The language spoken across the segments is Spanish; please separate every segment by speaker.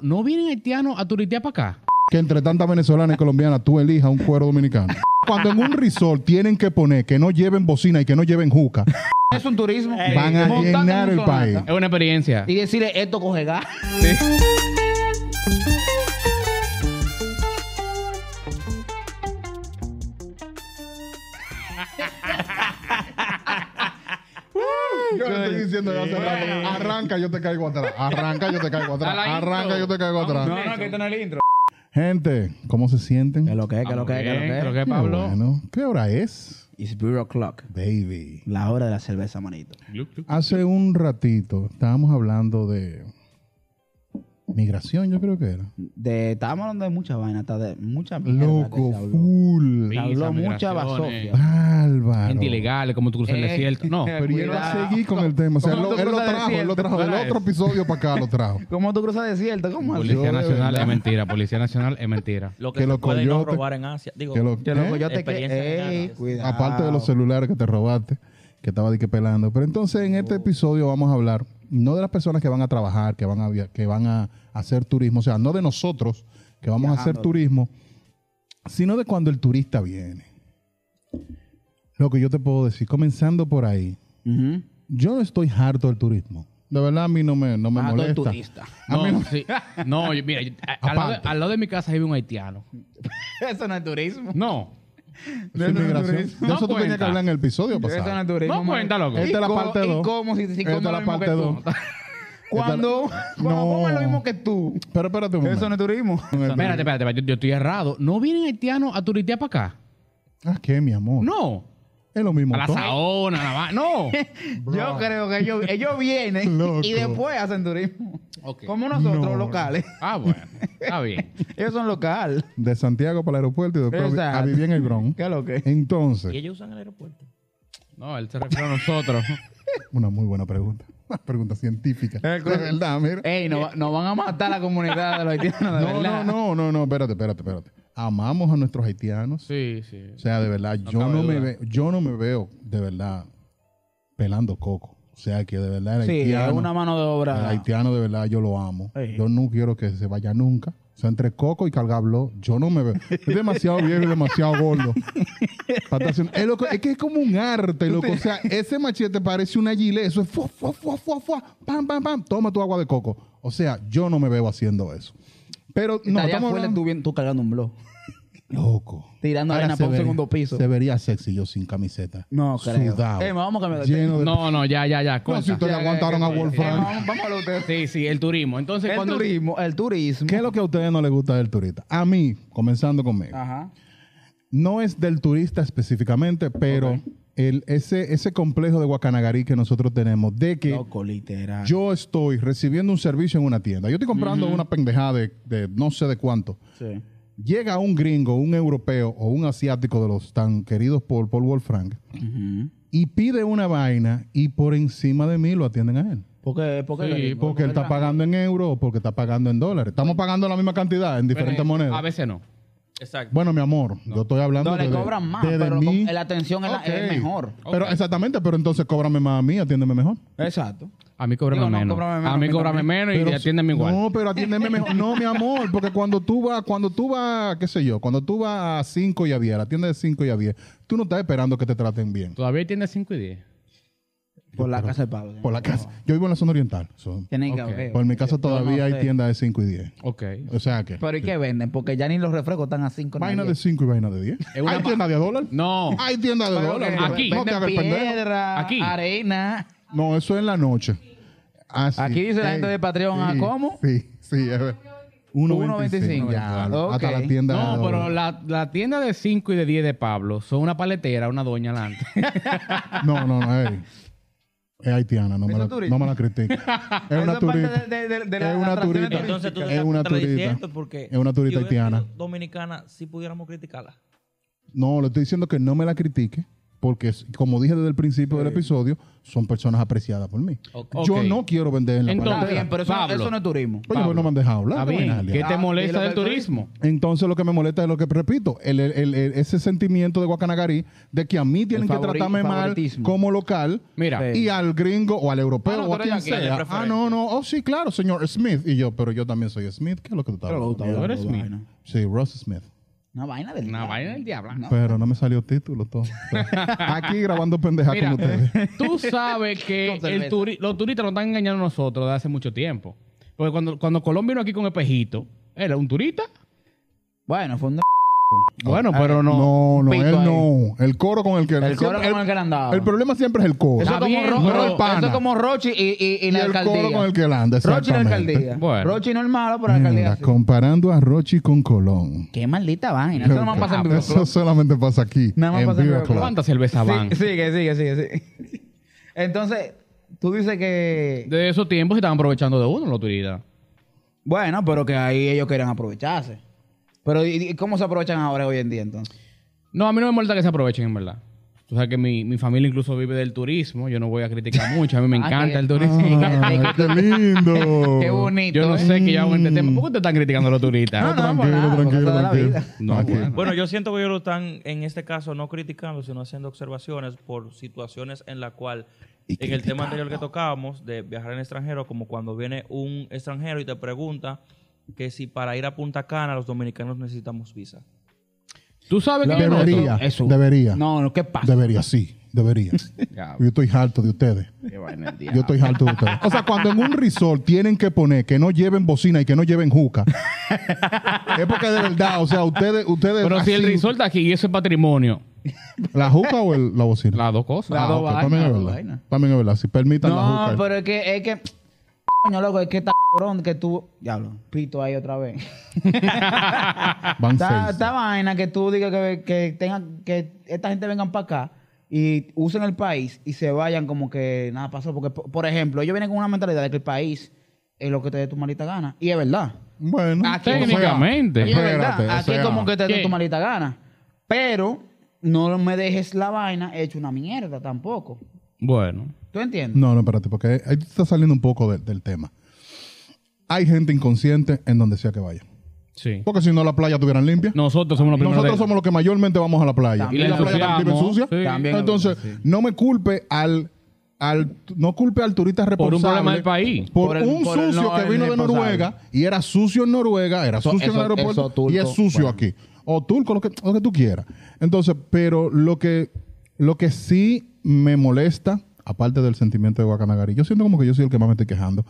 Speaker 1: ¿No vienen haitianos a turitear para acá?
Speaker 2: que entre tantas venezolanas y colombianas tú elijas un cuero dominicano. Cuando en un resort tienen que poner que no lleven bocina y que no lleven juca,
Speaker 3: Es un turismo.
Speaker 2: van a
Speaker 3: Montarte en un
Speaker 2: llenar el
Speaker 3: sonata
Speaker 2: país.
Speaker 1: Es una experiencia.
Speaker 3: Y decirle, esto coge gas.
Speaker 2: Yo le estoy diciendo ya hace rato, arranca, yo te caigo atrás. Arranca, yo te caigo atrás.
Speaker 1: A la intro.
Speaker 2: Arranca, yo te caigo atrás.
Speaker 4: No, no, que esto no es el intro.
Speaker 2: Gente, ¿cómo se sienten?
Speaker 4: Que lo que es, que lo que es, que lo
Speaker 1: Bien,
Speaker 4: que
Speaker 1: creo
Speaker 4: es.
Speaker 1: que Pablo.
Speaker 2: Bueno, ¿qué hora es?
Speaker 4: It's beer o'clock.
Speaker 2: Baby.
Speaker 4: La hora de la cerveza, manito.
Speaker 2: Hace un ratito estábamos hablando de migración, yo creo que era.
Speaker 4: De, estábamos hablando de muchas vainas, hasta de muchas mierda
Speaker 2: Loco,
Speaker 4: que se habló.
Speaker 2: full.
Speaker 4: Se habló mucha basofia.
Speaker 2: Bárbaro.
Speaker 1: Gente ilegal, como tú cruzas el
Speaker 3: Eh.
Speaker 1: desierto. No.
Speaker 2: Pero yo no
Speaker 4: Cuidado.
Speaker 2: seguí con el tema. O sea, él
Speaker 4: ¿Cómo
Speaker 2: lo,
Speaker 4: tú
Speaker 2: él lo
Speaker 4: cruzas
Speaker 2: trajo, él lo
Speaker 4: desierto?
Speaker 2: trajo. Del
Speaker 1: ¿Verdad?
Speaker 2: otro episodio para acá lo trajo.
Speaker 4: ¿Cómo tú cruzas desierto? ¿Cómo así?
Speaker 1: Policía
Speaker 2: Yo de
Speaker 1: Nacional
Speaker 2: verdad.
Speaker 1: es mentira. Policía Nacional es mentira.
Speaker 5: Lo
Speaker 2: Que
Speaker 5: que,
Speaker 2: los
Speaker 5: se puede no
Speaker 2: coyotes-
Speaker 5: robar en Asia. Digo,
Speaker 2: Que lo-
Speaker 4: Que loco,
Speaker 2: ¿eh?
Speaker 4: yo te que...
Speaker 5: Experiencia en
Speaker 4: Ey,
Speaker 5: Asia.
Speaker 4: cuidado.
Speaker 2: Aparte de los celulares que te robaste, que estaba de que pelando. Pero entonces en
Speaker 4: Oh.
Speaker 2: este episodio vamos a hablar no de las personas que van a trabajar, que van a, via- que van a hacer turismo, o sea, no de nosotros que vamos a hacer
Speaker 4: Viajando.
Speaker 2: turismo, sino de cuando el turista viene. Lo que yo te puedo decir, comenzando por ahí,
Speaker 4: Ujú.
Speaker 2: yo no estoy harto del turismo. De verdad a mí no me, no me
Speaker 4: Mato al
Speaker 2: molesta.
Speaker 4: turista.
Speaker 2: A mí
Speaker 1: No,
Speaker 2: no-
Speaker 1: sí. No, yo- mira, yo- a- al, lado de,
Speaker 2: Aparte.
Speaker 1: al lado de mi casa vive un haitiano.
Speaker 3: Eso no es turismo.
Speaker 1: No.
Speaker 2: Eso es migración. De
Speaker 1: No
Speaker 2: eso tú tenías que
Speaker 1: cuenta.
Speaker 2: hablar en el episodio
Speaker 3: Eso no
Speaker 2: pasado.
Speaker 3: es turismo.
Speaker 1: No cuenta,
Speaker 3: mano.
Speaker 1: loco.
Speaker 3: ¿Y
Speaker 2: Esta es la
Speaker 3: cómo-
Speaker 2: parte dos.
Speaker 3: ¿Y cómo si, si
Speaker 2: Esta es
Speaker 3: comes
Speaker 2: la
Speaker 3: lo mismo
Speaker 2: parte
Speaker 3: que
Speaker 2: dos.
Speaker 3: tú? Cuando,
Speaker 2: No.
Speaker 3: cuando comes lo mismo que tú.
Speaker 2: Pero espérate un
Speaker 3: Eso no
Speaker 2: momento.
Speaker 3: es turismo.
Speaker 1: Espérate, espérate, espérate, yo, yo estoy errado. ¿No vienen haitianos a turitear para acá?
Speaker 2: Ah, ¿qué, mi amor?
Speaker 1: No.
Speaker 2: Es lo mismo.
Speaker 1: A la
Speaker 2: todo.
Speaker 1: Saona, a la Va- No.
Speaker 3: Yo creo que ellos, ellos vienen
Speaker 2: Loco.
Speaker 3: y después hacen turismo.
Speaker 1: Ok.
Speaker 3: Como nosotros,
Speaker 2: No.
Speaker 3: locales.
Speaker 1: Ah, bueno. Está bien.
Speaker 3: Ellos son local.
Speaker 2: De Santiago para el aeropuerto y después a vi- a
Speaker 3: Exacto.
Speaker 2: vivir en el Bronx.
Speaker 3: ¿Qué es lo que?
Speaker 5: y
Speaker 2: Entonces,
Speaker 5: ellos usan el aeropuerto.
Speaker 1: No, él se refiere a nosotros.
Speaker 2: una muy buena pregunta. Una pregunta científica. De
Speaker 3: El-
Speaker 2: verdad,
Speaker 4: eh,
Speaker 2: mira.
Speaker 3: Ey, nos no van a matar la comunidad de los haitianos, de
Speaker 2: No, no,
Speaker 3: verdad.
Speaker 2: no, no, no, espérate, espérate, espérate. Amamos a nuestros haitianos.
Speaker 1: Sí, sí.
Speaker 2: O sea, de verdad, yo,
Speaker 1: cabe
Speaker 2: no me
Speaker 1: duda.
Speaker 2: ve- yo no me veo, de verdad, pelando coco. O sea, que de verdad el
Speaker 4: Sí, es
Speaker 2: haitiano,
Speaker 4: una mano de
Speaker 2: el
Speaker 4: obra.
Speaker 2: haitiano, de verdad, yo lo amo.
Speaker 4: Ey.
Speaker 2: Yo no quiero que se vaya nunca. O sea, entre coco y cargablo, yo no me veo. Es demasiado viejo y demasiado gordo. Para estar haciendo- es, loco, es que es como un arte, loco. O sea, ese machete parece una gilet. Eso es fua, fua, fua, fua, fua. Pam, pam, pam. Toma tu agua de coco. O sea, yo no me veo haciendo eso. Pero no,
Speaker 4: Estaría
Speaker 2: estamos
Speaker 4: fuerte
Speaker 2: hablando...
Speaker 4: tú, bien- tú cargando un blog.
Speaker 2: Loco.
Speaker 4: Tirando arena
Speaker 2: se
Speaker 4: para un
Speaker 2: vería-
Speaker 4: segundo piso.
Speaker 2: Se vería sexy yo sin camiseta.
Speaker 4: No creo.
Speaker 2: Sudado.
Speaker 4: Eh, vamos a cambiar de
Speaker 2: lleno de...
Speaker 1: No, no, ya, ya, ya.
Speaker 2: No, si
Speaker 1: corta.
Speaker 2: ustedes aguantaron a Wolf
Speaker 3: Eh, vamos, vamos a lo de
Speaker 1: Sí, sí, el turismo. Entonces,
Speaker 3: El
Speaker 1: cuando.
Speaker 3: turismo, el turismo.
Speaker 2: ¿Qué es lo que a ustedes no les gusta del turista? A mí, comenzando conmigo.
Speaker 4: Ajá.
Speaker 2: No es del turista específicamente, pero el, ese, ese complejo de Guacanagarí que nosotros tenemos, de que
Speaker 4: Loco, literal.
Speaker 2: yo estoy recibiendo un servicio en una tienda. Yo estoy comprando una pendejada de, de no sé de cuánto.
Speaker 4: Sí.
Speaker 2: Llega un gringo, un europeo o un asiático de los tan queridos por Paul Wolfrank
Speaker 4: Ujú.
Speaker 2: y pide una vaina y por encima de mí lo atienden a él.
Speaker 4: Porque, porque,
Speaker 1: Sí,
Speaker 4: gringo,
Speaker 2: Porque él está pagando en euros o porque está pagando en dólares. Estamos pagando la misma cantidad en diferentes monedas.
Speaker 1: A veces no.
Speaker 5: Exacto.
Speaker 2: Bueno, mi amor, yo estoy hablando
Speaker 4: No,
Speaker 2: de...
Speaker 4: le cobran más,
Speaker 2: de- de
Speaker 4: pero
Speaker 2: mí.
Speaker 4: con- la atención es, la- es
Speaker 2: Ok.
Speaker 4: mejor.
Speaker 2: Pero exactamente, pero entonces cóbrame más a mí, atiéndeme mejor.
Speaker 4: Exacto.
Speaker 1: A mí cóbrame
Speaker 3: Digo, no,
Speaker 1: menos.
Speaker 3: cóbrame menos,
Speaker 1: A mí
Speaker 3: me
Speaker 1: cóbrame menos y
Speaker 2: Pero-
Speaker 1: atiéndeme igual.
Speaker 2: No, pero atiéndeme mejor. No, mi amor, porque cuando tú vas, cuando tú vas, qué sé yo, cuando tú vas a 5 y a 10, la tienda de 5 y a 10, tú no estás esperando que te traten bien.
Speaker 1: Todavía tiene 5 y 10.
Speaker 4: Por la casa de Pablo.
Speaker 2: Por la casa. Yo vivo en la zona oriental. so,
Speaker 4: Tienen que
Speaker 1: Ok.
Speaker 4: ver.
Speaker 2: por mi casa
Speaker 4: Eh, Yo no
Speaker 2: todavía hay
Speaker 4: sé.
Speaker 2: tiendas de 5 y 10.
Speaker 1: Ok.
Speaker 2: O sea que...
Speaker 4: Pero ¿y qué venden? Porque ya ni los refrescos están a 5
Speaker 2: Vaina de 5 y vaina de 10.
Speaker 1: Es una
Speaker 2: Hay
Speaker 1: pa-
Speaker 2: tiendas de a dólar.
Speaker 1: No.
Speaker 2: Hay tiendas de
Speaker 1: Pero
Speaker 2: dólar.
Speaker 1: que-
Speaker 2: pero
Speaker 1: aquí.
Speaker 2: No te hagas el pendejo.
Speaker 4: piedra,
Speaker 1: Aquí.
Speaker 4: arena.
Speaker 2: No, eso es en la noche. Ah, sí.
Speaker 4: Aquí dice la gente de Patreon, ¿a
Speaker 2: sí,
Speaker 4: cómo?
Speaker 2: Sí, sí, es verdad. 1.25.
Speaker 4: 1.25.
Speaker 2: Ya,
Speaker 4: Ok.
Speaker 2: Hasta la tienda. de
Speaker 1: No,
Speaker 2: dólar.
Speaker 1: pero la, la tienda de 5 y de 10 de Pablo son una paletera, una doña adelante.
Speaker 2: No, no, no. ey. Es haitiana, no me,
Speaker 3: ¿Eso
Speaker 2: la,
Speaker 3: es turista?
Speaker 2: no me la critique. Es
Speaker 3: Eso
Speaker 2: una
Speaker 3: es
Speaker 2: turista.
Speaker 3: parte de- de- de- de
Speaker 2: es
Speaker 3: las
Speaker 2: una
Speaker 3: atracciones
Speaker 2: turista.
Speaker 5: Entonces tú te
Speaker 2: es
Speaker 5: estás
Speaker 2: una turista.
Speaker 5: contradiciendo porque
Speaker 2: Es una turista
Speaker 5: si hubiera
Speaker 2: haitiana.
Speaker 5: sido Dominicana, si pudiéramos criticarla.
Speaker 2: No, le estoy diciendo que no me la critique. porque, es- como dije desde el principio del episodio, son personas apreciadas por mí.
Speaker 1: Ok.
Speaker 2: Yo
Speaker 1: Ok.
Speaker 2: no quiero vender en la
Speaker 1: Entonces-
Speaker 2: paletera.
Speaker 4: Está bien, pero eso,
Speaker 1: Pablo.
Speaker 4: eso no es turismo.
Speaker 2: Oye, pues no me han dejado hablar.
Speaker 1: Está
Speaker 2: no me
Speaker 1: bien.
Speaker 2: dejan
Speaker 1: ¿Qué
Speaker 2: hablar.
Speaker 1: te
Speaker 3: Ah,
Speaker 1: molesta
Speaker 3: dilo
Speaker 1: del
Speaker 3: del
Speaker 1: turismo?
Speaker 2: Entonces lo que me molesta es lo que repito, el, el- el- el- ese sentimiento de Guacanagarí de que a mí tienen que
Speaker 4: favori-
Speaker 2: tratarme mal
Speaker 4: favoritismo.
Speaker 2: como local
Speaker 1: Mira.
Speaker 2: y al gringo o al europeo
Speaker 1: Ah, no,
Speaker 2: o
Speaker 1: tú
Speaker 2: a
Speaker 1: eres
Speaker 2: quien
Speaker 1: yankee, de
Speaker 2: sea. Ah,
Speaker 1: preferencia.
Speaker 2: no, no, oh sí, claro, señor Smith. Y yo, pero yo también soy Smith, ¿qué es lo que tú estás hablando?
Speaker 1: Tú eres mío.
Speaker 2: Sí, Ross Smith.
Speaker 4: Una vaina del
Speaker 1: Una
Speaker 4: diablo.
Speaker 1: vaina del diablo.
Speaker 4: No.
Speaker 2: Pero no me salió título todo. Aquí grabando pendeja
Speaker 1: Mira,
Speaker 2: con ustedes.
Speaker 1: tú sabes que
Speaker 4: Con cerveza.
Speaker 1: el turi- los turistas nos están engañando a nosotros de hace mucho tiempo. Porque cuando, cuando Colón vino aquí con Espejito, era un turista.
Speaker 4: Bueno, fue un...
Speaker 1: Bueno, pero no.
Speaker 2: No, no,
Speaker 4: Pito
Speaker 2: él
Speaker 4: ahí.
Speaker 2: no. El coro con el que
Speaker 4: El coro
Speaker 2: siempre-
Speaker 4: con el que él andaba.
Speaker 2: el problema siempre es el coro.
Speaker 4: Eso
Speaker 1: Está
Speaker 4: es, como
Speaker 1: bien,
Speaker 4: Ro-
Speaker 1: pero
Speaker 4: Ro-
Speaker 2: el pana.
Speaker 4: eso es como Rochi y, y- y
Speaker 2: y
Speaker 4: la
Speaker 2: el
Speaker 4: alcaldía.
Speaker 2: coro con el que él anda,
Speaker 4: Rochi y la
Speaker 2: exactamente.
Speaker 4: alcaldía.
Speaker 1: Bueno.
Speaker 4: Rochi no es malo, pero la alcaldía
Speaker 2: Mira,
Speaker 4: sí.
Speaker 2: comparando a Rochi con Colón.
Speaker 4: Qué maldita vaina. Eso no va a pasar en Vivo
Speaker 2: Eso solamente pasa aquí.
Speaker 4: Nada más
Speaker 2: en
Speaker 4: pasa en
Speaker 2: Viva
Speaker 4: Viva Club.
Speaker 2: Club.
Speaker 1: ¿Cuántas cervezas van?
Speaker 4: Sí, sigue, sigue, sigue, sigue. Entonces, tú dices que...
Speaker 1: De esos tiempos se estaban aprovechando de uno los turistas.
Speaker 4: Bueno, pero que ahí ellos querían aprovecharse. Pero ¿y- y ¿cómo se aprovechan ahora hoy en día entonces?
Speaker 1: No, a mí no me molesta que se aprovechen, en verdad. Tú sabes que mi, mi familia incluso vive del turismo. Yo no voy a criticar mucho. A
Speaker 2: Ah,
Speaker 1: mí me encanta el turismo.
Speaker 2: Ay, Ah, qué lindo.
Speaker 4: Qué bonito.
Speaker 1: Yo no
Speaker 4: ¿eh?
Speaker 1: sé qué yo hago en este tema. ¿Por qué te están criticando a los turistas?
Speaker 2: Ah,
Speaker 4: No, no, por
Speaker 2: Tranquilo,
Speaker 4: nada,
Speaker 2: tranquilo,
Speaker 4: cosas de la
Speaker 2: tranquilo.
Speaker 4: vida.
Speaker 1: No,
Speaker 2: Tranquilo.
Speaker 1: bueno.
Speaker 5: Bueno, yo siento que ellos lo están, en este caso, no criticando, sino haciendo observaciones por situaciones en la cual, en el tema anterior que tocábamos, de viajar en el extranjero, como cuando viene un extranjero y te pregunta que si para ir a Punta Cana los dominicanos necesitamos visa.
Speaker 1: Tú sabes que yo no-
Speaker 2: Debería,
Speaker 4: Eso.
Speaker 2: debería,
Speaker 4: No, no, ¿qué pasa?
Speaker 2: debería, sí, debería.
Speaker 1: Ya,
Speaker 2: Yo estoy harto de ustedes. Yo estoy harto de ustedes. O sea, cuando en un resort tienen que poner que no lleven bocina y que no lleven juca. es porque de verdad, o sea, ustedes, ustedes.
Speaker 1: Pero si el
Speaker 2: así,
Speaker 1: resort está aquí y eso es patrimonio,
Speaker 2: ¿La juca o el- la bocina?
Speaker 1: las dos cosas.
Speaker 4: Las
Speaker 2: Ah,
Speaker 4: dos
Speaker 2: ok,
Speaker 4: vainas,
Speaker 2: También es
Speaker 4: las dos
Speaker 2: verdad.
Speaker 4: vainas.
Speaker 2: También es verdad. Si permitan la
Speaker 4: No,
Speaker 2: juca.
Speaker 4: pero es que, es que, coño, loco, es que está cabrón que tú, diablo, pito ahí otra vez.
Speaker 2: Van
Speaker 4: Esta,
Speaker 2: seis.
Speaker 4: esta vaina que tú digas que, que tengan, que esta gente vengan para acá y usen el país y se vayan como que nada pasó. Porque, por por ejemplo, ellos vienen con una mentalidad de que el país es lo que te dé tu maldita gana. Y es verdad.
Speaker 2: Bueno,
Speaker 4: Aquí-
Speaker 2: o sea,
Speaker 1: Técnicamente.
Speaker 4: Y es verdad.
Speaker 2: espérate, o
Speaker 4: Aquí es
Speaker 2: sea,
Speaker 4: como que te dé
Speaker 1: ¿qué?
Speaker 4: tu maldita gana. Pero no me dejes la vaina hecho una mierda tampoco.
Speaker 1: Bueno.
Speaker 4: ¿Tú entiendes?
Speaker 2: No, no, espérate, porque ahí tú estás saliendo un poco de- del tema. Hay gente inconsciente en donde sea que vaya.
Speaker 1: Sí.
Speaker 2: Porque si no, la playa estuvieran limpia.
Speaker 1: Nosotros somos los primeros.
Speaker 2: Nosotros
Speaker 1: de-
Speaker 2: somos los que mayormente vamos a la playa.
Speaker 1: Y la
Speaker 2: también
Speaker 1: ensuciamos,
Speaker 2: sucia.
Speaker 1: sí.
Speaker 4: También es
Speaker 2: Entonces, no me culpe al, al. No culpe al turista
Speaker 1: Por
Speaker 2: responsable.
Speaker 1: un problema del país.
Speaker 2: Por,
Speaker 4: Por el-
Speaker 2: un
Speaker 4: por el
Speaker 2: sucio
Speaker 4: no-
Speaker 2: que
Speaker 4: el
Speaker 2: vino de
Speaker 4: responsable.
Speaker 2: Noruega y era sucio en Noruega, era sucio en el
Speaker 4: eso-
Speaker 2: aeropuerto
Speaker 4: eso turco,
Speaker 2: y es sucio
Speaker 4: bueno.
Speaker 2: aquí. O turco, lo que, lo que tú quieras. Entonces, pero lo que, lo que sí me molesta, aparte del sentimiento de Guacanagari, yo siento como que yo soy el que más me estoy quejando.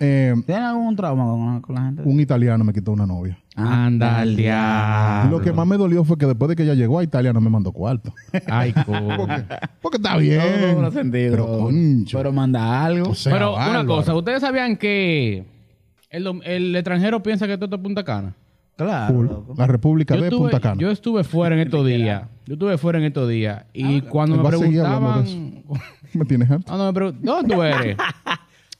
Speaker 2: Eh,
Speaker 4: ¿Tienen algún trauma con, con la gente?
Speaker 2: un italiano me quitó una novia.
Speaker 1: Anda al diablo.
Speaker 4: Ah,
Speaker 2: Lo que más me dolió fue que después de que ella llegó a Italia no me mandó cuarto.
Speaker 1: Ay, co-
Speaker 2: Porque, porque está bien. Pero concho. Pues,
Speaker 4: Pero manda algo.
Speaker 2: o sea,
Speaker 1: Pero una
Speaker 2: bárbaro.
Speaker 1: cosa, ¿ustedes sabían que el, dom- el extranjero piensa que todo esto es Punta Cana?
Speaker 4: Claro.
Speaker 2: Full.
Speaker 4: loco.
Speaker 2: La República
Speaker 1: Yo
Speaker 2: de Punta
Speaker 1: estuve,
Speaker 2: Cana.
Speaker 1: yo estuve fuera en estos días. Yo estuve fuera en estos días. Y cuando
Speaker 2: Él
Speaker 1: me
Speaker 2: va a seguir hablando de
Speaker 1: preguntaban.
Speaker 2: ¿Me tienes harto?
Speaker 1: No, no, me pregun- ¿Dónde tú eres?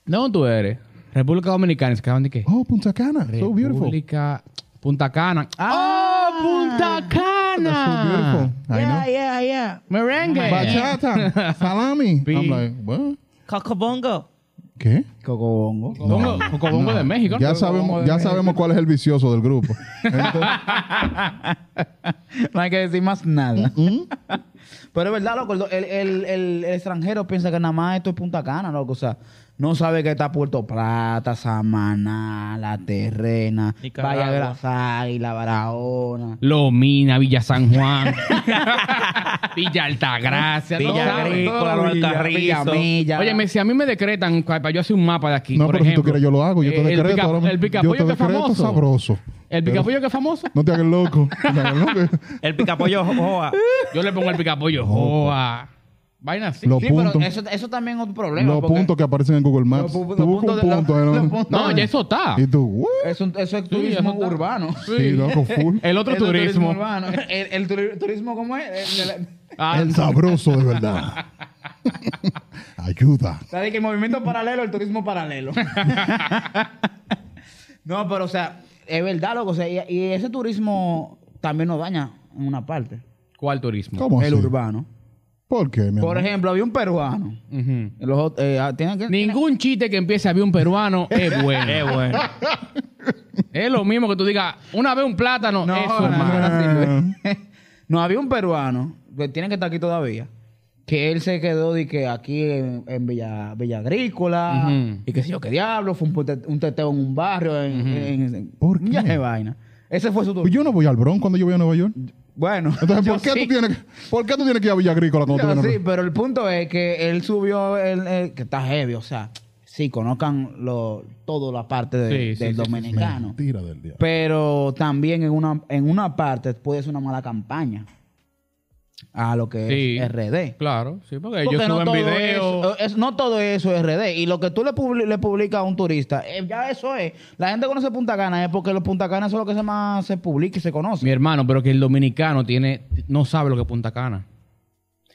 Speaker 1: ¿Dónde tú eres? República Dominicana. ¿Se acaban de qué?
Speaker 2: Oh, Punta Cana. So beautiful.
Speaker 1: República Punta Cana.
Speaker 4: Ah.
Speaker 1: ¡Oh, Punta Cana!
Speaker 2: I know.
Speaker 4: yeah, yeah.
Speaker 1: Merengue.
Speaker 2: Bachata, salami. I'm
Speaker 1: Pi.
Speaker 2: like, what?
Speaker 5: Cacabongo.
Speaker 2: ¿Qué?
Speaker 4: Cocobongo.
Speaker 1: Cocobongo, Cocobongo de México.
Speaker 2: Ya
Speaker 1: ¿no?
Speaker 2: sabemos, ya sabemos cuál es el vicioso del grupo. Entonces,
Speaker 4: No hay que decir más nada. Pero es verdad, loco. El, el- el- el extranjero piensa que nada más esto es Punta Cana, loco. O sea, no sabe que está Puerto Plata, Samaná, La Terrena,
Speaker 5: Nicaragua.
Speaker 4: Bahía de las Águilas, Barahona.
Speaker 1: Lomina, Villa San Juan, Villa Altagracia,
Speaker 5: Villa
Speaker 1: no saben,
Speaker 5: Agrícola,
Speaker 1: todo
Speaker 5: Los
Speaker 1: Villa.
Speaker 5: Alcarrizos.
Speaker 4: Villamella.
Speaker 1: Óyeme, si a mí me decretan ca- para yo hacer un mapa de aquí,
Speaker 2: no,
Speaker 1: por
Speaker 2: pero si tú
Speaker 1: ejemplo,
Speaker 2: quieres yo lo hago. Yo te
Speaker 1: eh, el
Speaker 2: decreto.
Speaker 1: pica-
Speaker 2: ahora mismo.
Speaker 1: el
Speaker 2: yo
Speaker 1: picapollo
Speaker 2: te
Speaker 1: que es
Speaker 2: decreto
Speaker 1: famoso.
Speaker 2: sabroso.
Speaker 1: El picapollo que es famoso.
Speaker 2: No te hagas loco. No te hagas loco.
Speaker 5: El picapollo ah, joa.
Speaker 1: Yo le pongo el picapollo.
Speaker 4: pues.
Speaker 1: Joa. Vaina así.
Speaker 2: Los
Speaker 4: Sí,
Speaker 2: puntos.
Speaker 4: pero eso, eso también es un problema.
Speaker 2: Los
Speaker 4: porque
Speaker 2: puntos que aparecen en Google Maps.
Speaker 4: Los pu-
Speaker 2: Tú
Speaker 4: los
Speaker 2: buscas un
Speaker 4: puntos de-
Speaker 2: punto.
Speaker 4: los-
Speaker 2: ¿no?
Speaker 4: los puntos.
Speaker 1: No, ya eso está.
Speaker 2: Y tú, what?
Speaker 4: Es un- eso es
Speaker 1: Sí,
Speaker 4: turismo
Speaker 1: eso está.
Speaker 4: urbano.
Speaker 2: Sí, loco, full.
Speaker 1: El otro
Speaker 4: Eso es
Speaker 1: turismo.
Speaker 4: urbano. El, el turi- turismo, ¿cómo es? El- el-
Speaker 1: Ah,
Speaker 2: El sabroso de verdad. Ayuda.
Speaker 4: O sea, de que el movimiento paralelo, el turismo paralelo. no, pero o sea, es verdad, loco. o sea, y, y ese turismo también nos daña en una parte.
Speaker 1: ¿Cuál turismo?
Speaker 2: ¿Cómo
Speaker 4: el
Speaker 2: así?
Speaker 4: urbano.
Speaker 2: ¿Por qué, mi
Speaker 4: Por
Speaker 2: amor?
Speaker 4: ejemplo, había un peruano.
Speaker 1: Ujú.
Speaker 4: Los, ot- eh, ah, tienen que-
Speaker 1: Ningún chiste que empiece a ver un peruano es bueno.
Speaker 5: Qué bueno.
Speaker 1: es lo mismo que tú digas, una vez un plátano,
Speaker 4: No,
Speaker 1: eso,
Speaker 4: no,
Speaker 1: hermano.
Speaker 4: no, sirve. Ah. no, había un peruano, que tiene que estar aquí todavía, que él se quedó de que aquí en, en Villa, Villa Agrícola,
Speaker 1: Ujú.
Speaker 4: y qué sé yo, qué diablo, fue un, pote- un teteo en un barrio, en, en- en-
Speaker 2: ¿Por qué?
Speaker 4: Ya, qué vaina. Ese fue su tour.
Speaker 2: Pues yo no voy al Bronx cuando yo voy a Nueva York.
Speaker 4: Bueno,
Speaker 2: Entonces,
Speaker 4: yo
Speaker 2: ¿por qué,
Speaker 4: sí.
Speaker 2: tú tienes, que- ¿por qué tú tienes que ir a Villa Agrícola cuando tú
Speaker 4: Yo
Speaker 2: vienes a
Speaker 4: sí, pero el punto es que él subió, el, el- que está heavy, o sea, sí, conozcan lo, toda la parte de-
Speaker 1: Sí, sí,
Speaker 4: del
Speaker 1: sí, sí, sí.
Speaker 4: dominicano.
Speaker 2: Mentira del día.
Speaker 4: Pero también en una, en una parte puede ser una mala campaña a lo que
Speaker 1: Sí.
Speaker 4: es RD.
Speaker 1: Claro, sí, porque,
Speaker 4: Porque
Speaker 1: ellos
Speaker 4: no
Speaker 1: suben
Speaker 4: todo,
Speaker 1: videos.
Speaker 4: eso, es- oh. no todo eso es RD. Y lo que tú le, publi- le publicas a un turista, eh, ya eso es. La gente conoce Punta Cana es porque los Punta Cana son los que se más se publica y se conoce.
Speaker 1: Mi hermano, pero que el dominicano tiene, no sabe lo que es Punta Cana.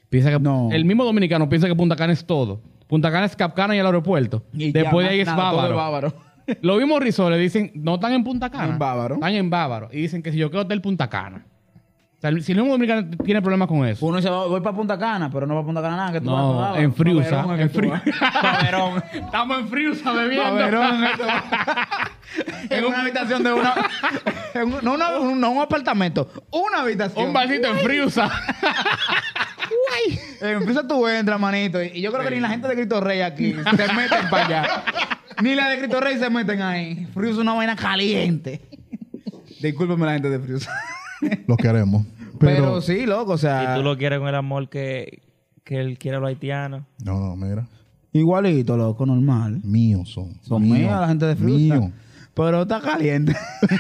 Speaker 1: Piensa que
Speaker 4: No.
Speaker 1: el mismo dominicano piensa que Punta Cana es todo. Punta Cana es Capcana y el aeropuerto.
Speaker 4: Y ya,
Speaker 1: Después de ahí
Speaker 4: más
Speaker 1: es
Speaker 4: nada, todo
Speaker 1: Bávaro. Los mismos risoles dicen, no están en Punta Cana.
Speaker 4: En Bávaro.
Speaker 1: Están en Bávaro. Y dicen que si yo quedo hotel Punta Cana. O sea, si el mismo dominicano tiene problemas con eso.
Speaker 4: Uno dice, "Va- voy para Punta Cana, pero no va a Punta Cana nada. Que tú vas pa'
Speaker 1: No,
Speaker 4: Bávaro.
Speaker 1: en Friusa.
Speaker 4: Paverón es
Speaker 1: En
Speaker 4: que tú vas.
Speaker 1: Friusa. Estamos en Friusa bebiendo.
Speaker 4: Paverón es que tú vas. en una habitación de una. en un- no, una- un- no un apartamento, una habitación.
Speaker 1: Un barcito en Friusa.
Speaker 4: Eh, empieza tú entras, manito. Y y yo creo que ni la gente de Cristo Rey aquí se meten para allá. Ni la de Cristo Rey se meten ahí. Frío es una vaina caliente. Discúlpeme la gente de Frío.
Speaker 2: Los queremos. Pero,
Speaker 4: Pero, sí, loco, o sea.
Speaker 5: Y tú lo quieres con el amor que, que él quiere a los haitianos.
Speaker 2: No, no, mira.
Speaker 4: Igualito, loco, normal.
Speaker 2: Míos son.
Speaker 4: Son
Speaker 2: míos,
Speaker 4: míos la gente de Frío.
Speaker 2: Mío.
Speaker 4: Pero está caliente.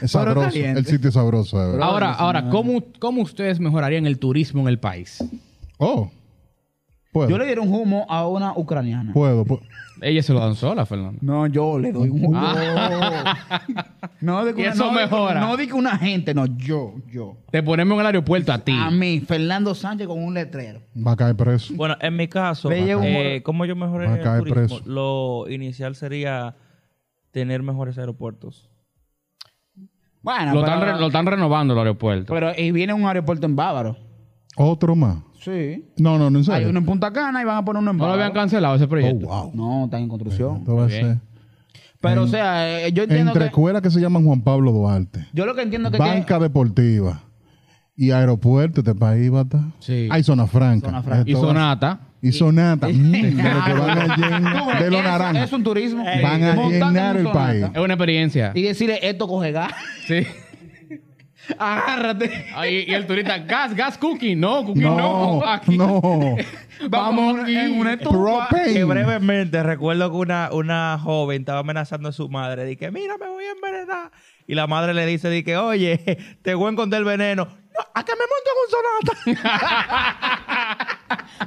Speaker 2: Es
Speaker 4: Pero
Speaker 2: sabroso.
Speaker 4: caliente.
Speaker 2: El sitio es sabroso, de verdad.
Speaker 1: Ahora, ahora, ¿cómo, ¿cómo ustedes mejorarían el turismo en el país?
Speaker 2: Oh. Puedo.
Speaker 4: Yo le diera un humo a una ucraniana.
Speaker 2: Puedo. puedo.
Speaker 1: Ella se lo dan sola, Fernando.
Speaker 4: No, yo le
Speaker 2: Ah.
Speaker 4: doy un humo. No, de que
Speaker 1: Y
Speaker 4: una-
Speaker 1: eso
Speaker 4: no, de-
Speaker 1: mejora.
Speaker 4: No de que una gente, no, yo, yo.
Speaker 1: Te ponemos en el aeropuerto a ti.
Speaker 4: A mí, Fernando Sánchez con un letrero.
Speaker 2: Va a caer preso.
Speaker 5: Bueno, en mi caso,
Speaker 4: Le llega un
Speaker 5: eh, ¿cómo yo
Speaker 2: Va
Speaker 5: mejoré
Speaker 2: a caer
Speaker 5: el turismo?
Speaker 2: preso.
Speaker 5: Lo inicial sería tener mejores aeropuertos.
Speaker 4: Bueno,
Speaker 1: Lo
Speaker 4: pero- Pues,
Speaker 1: están, re- lo están renovando el aeropuerto.
Speaker 4: Pero y viene un aeropuerto en Bávaro.
Speaker 2: Otro más.
Speaker 4: Sí.
Speaker 2: No, no, no, en
Speaker 4: Hay
Speaker 2: serio.
Speaker 4: uno en Punta Cana y van a poner uno en
Speaker 1: No lo
Speaker 4: Bávaro.
Speaker 1: habían cancelado ese
Speaker 2: Oh,
Speaker 1: proyecto.
Speaker 2: wow.
Speaker 4: No, están en construcción.
Speaker 2: Esto va a
Speaker 1: Muy bien.
Speaker 2: ser-
Speaker 4: Pero, o sea, eh, yo entiendo
Speaker 2: Entre
Speaker 4: que...
Speaker 2: escuelas que se llaman Juan Pablo Duarte,
Speaker 4: Yo lo que entiendo que...
Speaker 2: banca deportiva y aeropuerto, este país va a estar.
Speaker 1: Sí.
Speaker 2: Hay zona franca.
Speaker 4: Zona franca.
Speaker 1: Y
Speaker 2: Oh, Esto va a ser-
Speaker 1: Sonata.
Speaker 2: Y sonata. Mm, de lo que van a
Speaker 4: Tú
Speaker 2: llenar,
Speaker 4: ves,
Speaker 2: de lo
Speaker 4: es-
Speaker 2: naranja.
Speaker 4: Es un turismo.
Speaker 2: van a
Speaker 4: Montando
Speaker 2: llenar
Speaker 4: en
Speaker 2: el
Speaker 4: un Sonata.
Speaker 2: país.
Speaker 1: Es una experiencia.
Speaker 4: Y decirle, esto coge gas.
Speaker 1: Sí.
Speaker 4: Agárrate.
Speaker 1: Ahí- y el turista, gas, gas cooking. No, cooking no.
Speaker 2: No,
Speaker 1: Aquí.
Speaker 2: no.
Speaker 4: Vamos
Speaker 1: Vamos
Speaker 4: en una estufa.
Speaker 5: Que
Speaker 2: Propane.
Speaker 5: brevemente recuerdo que una, una joven estaba amenazando a su madre. Dije, mira, me voy a envenenar. Y la madre le dice, dije, oye, te voy a encontrar el veneno. No, a que me monto en un sonata.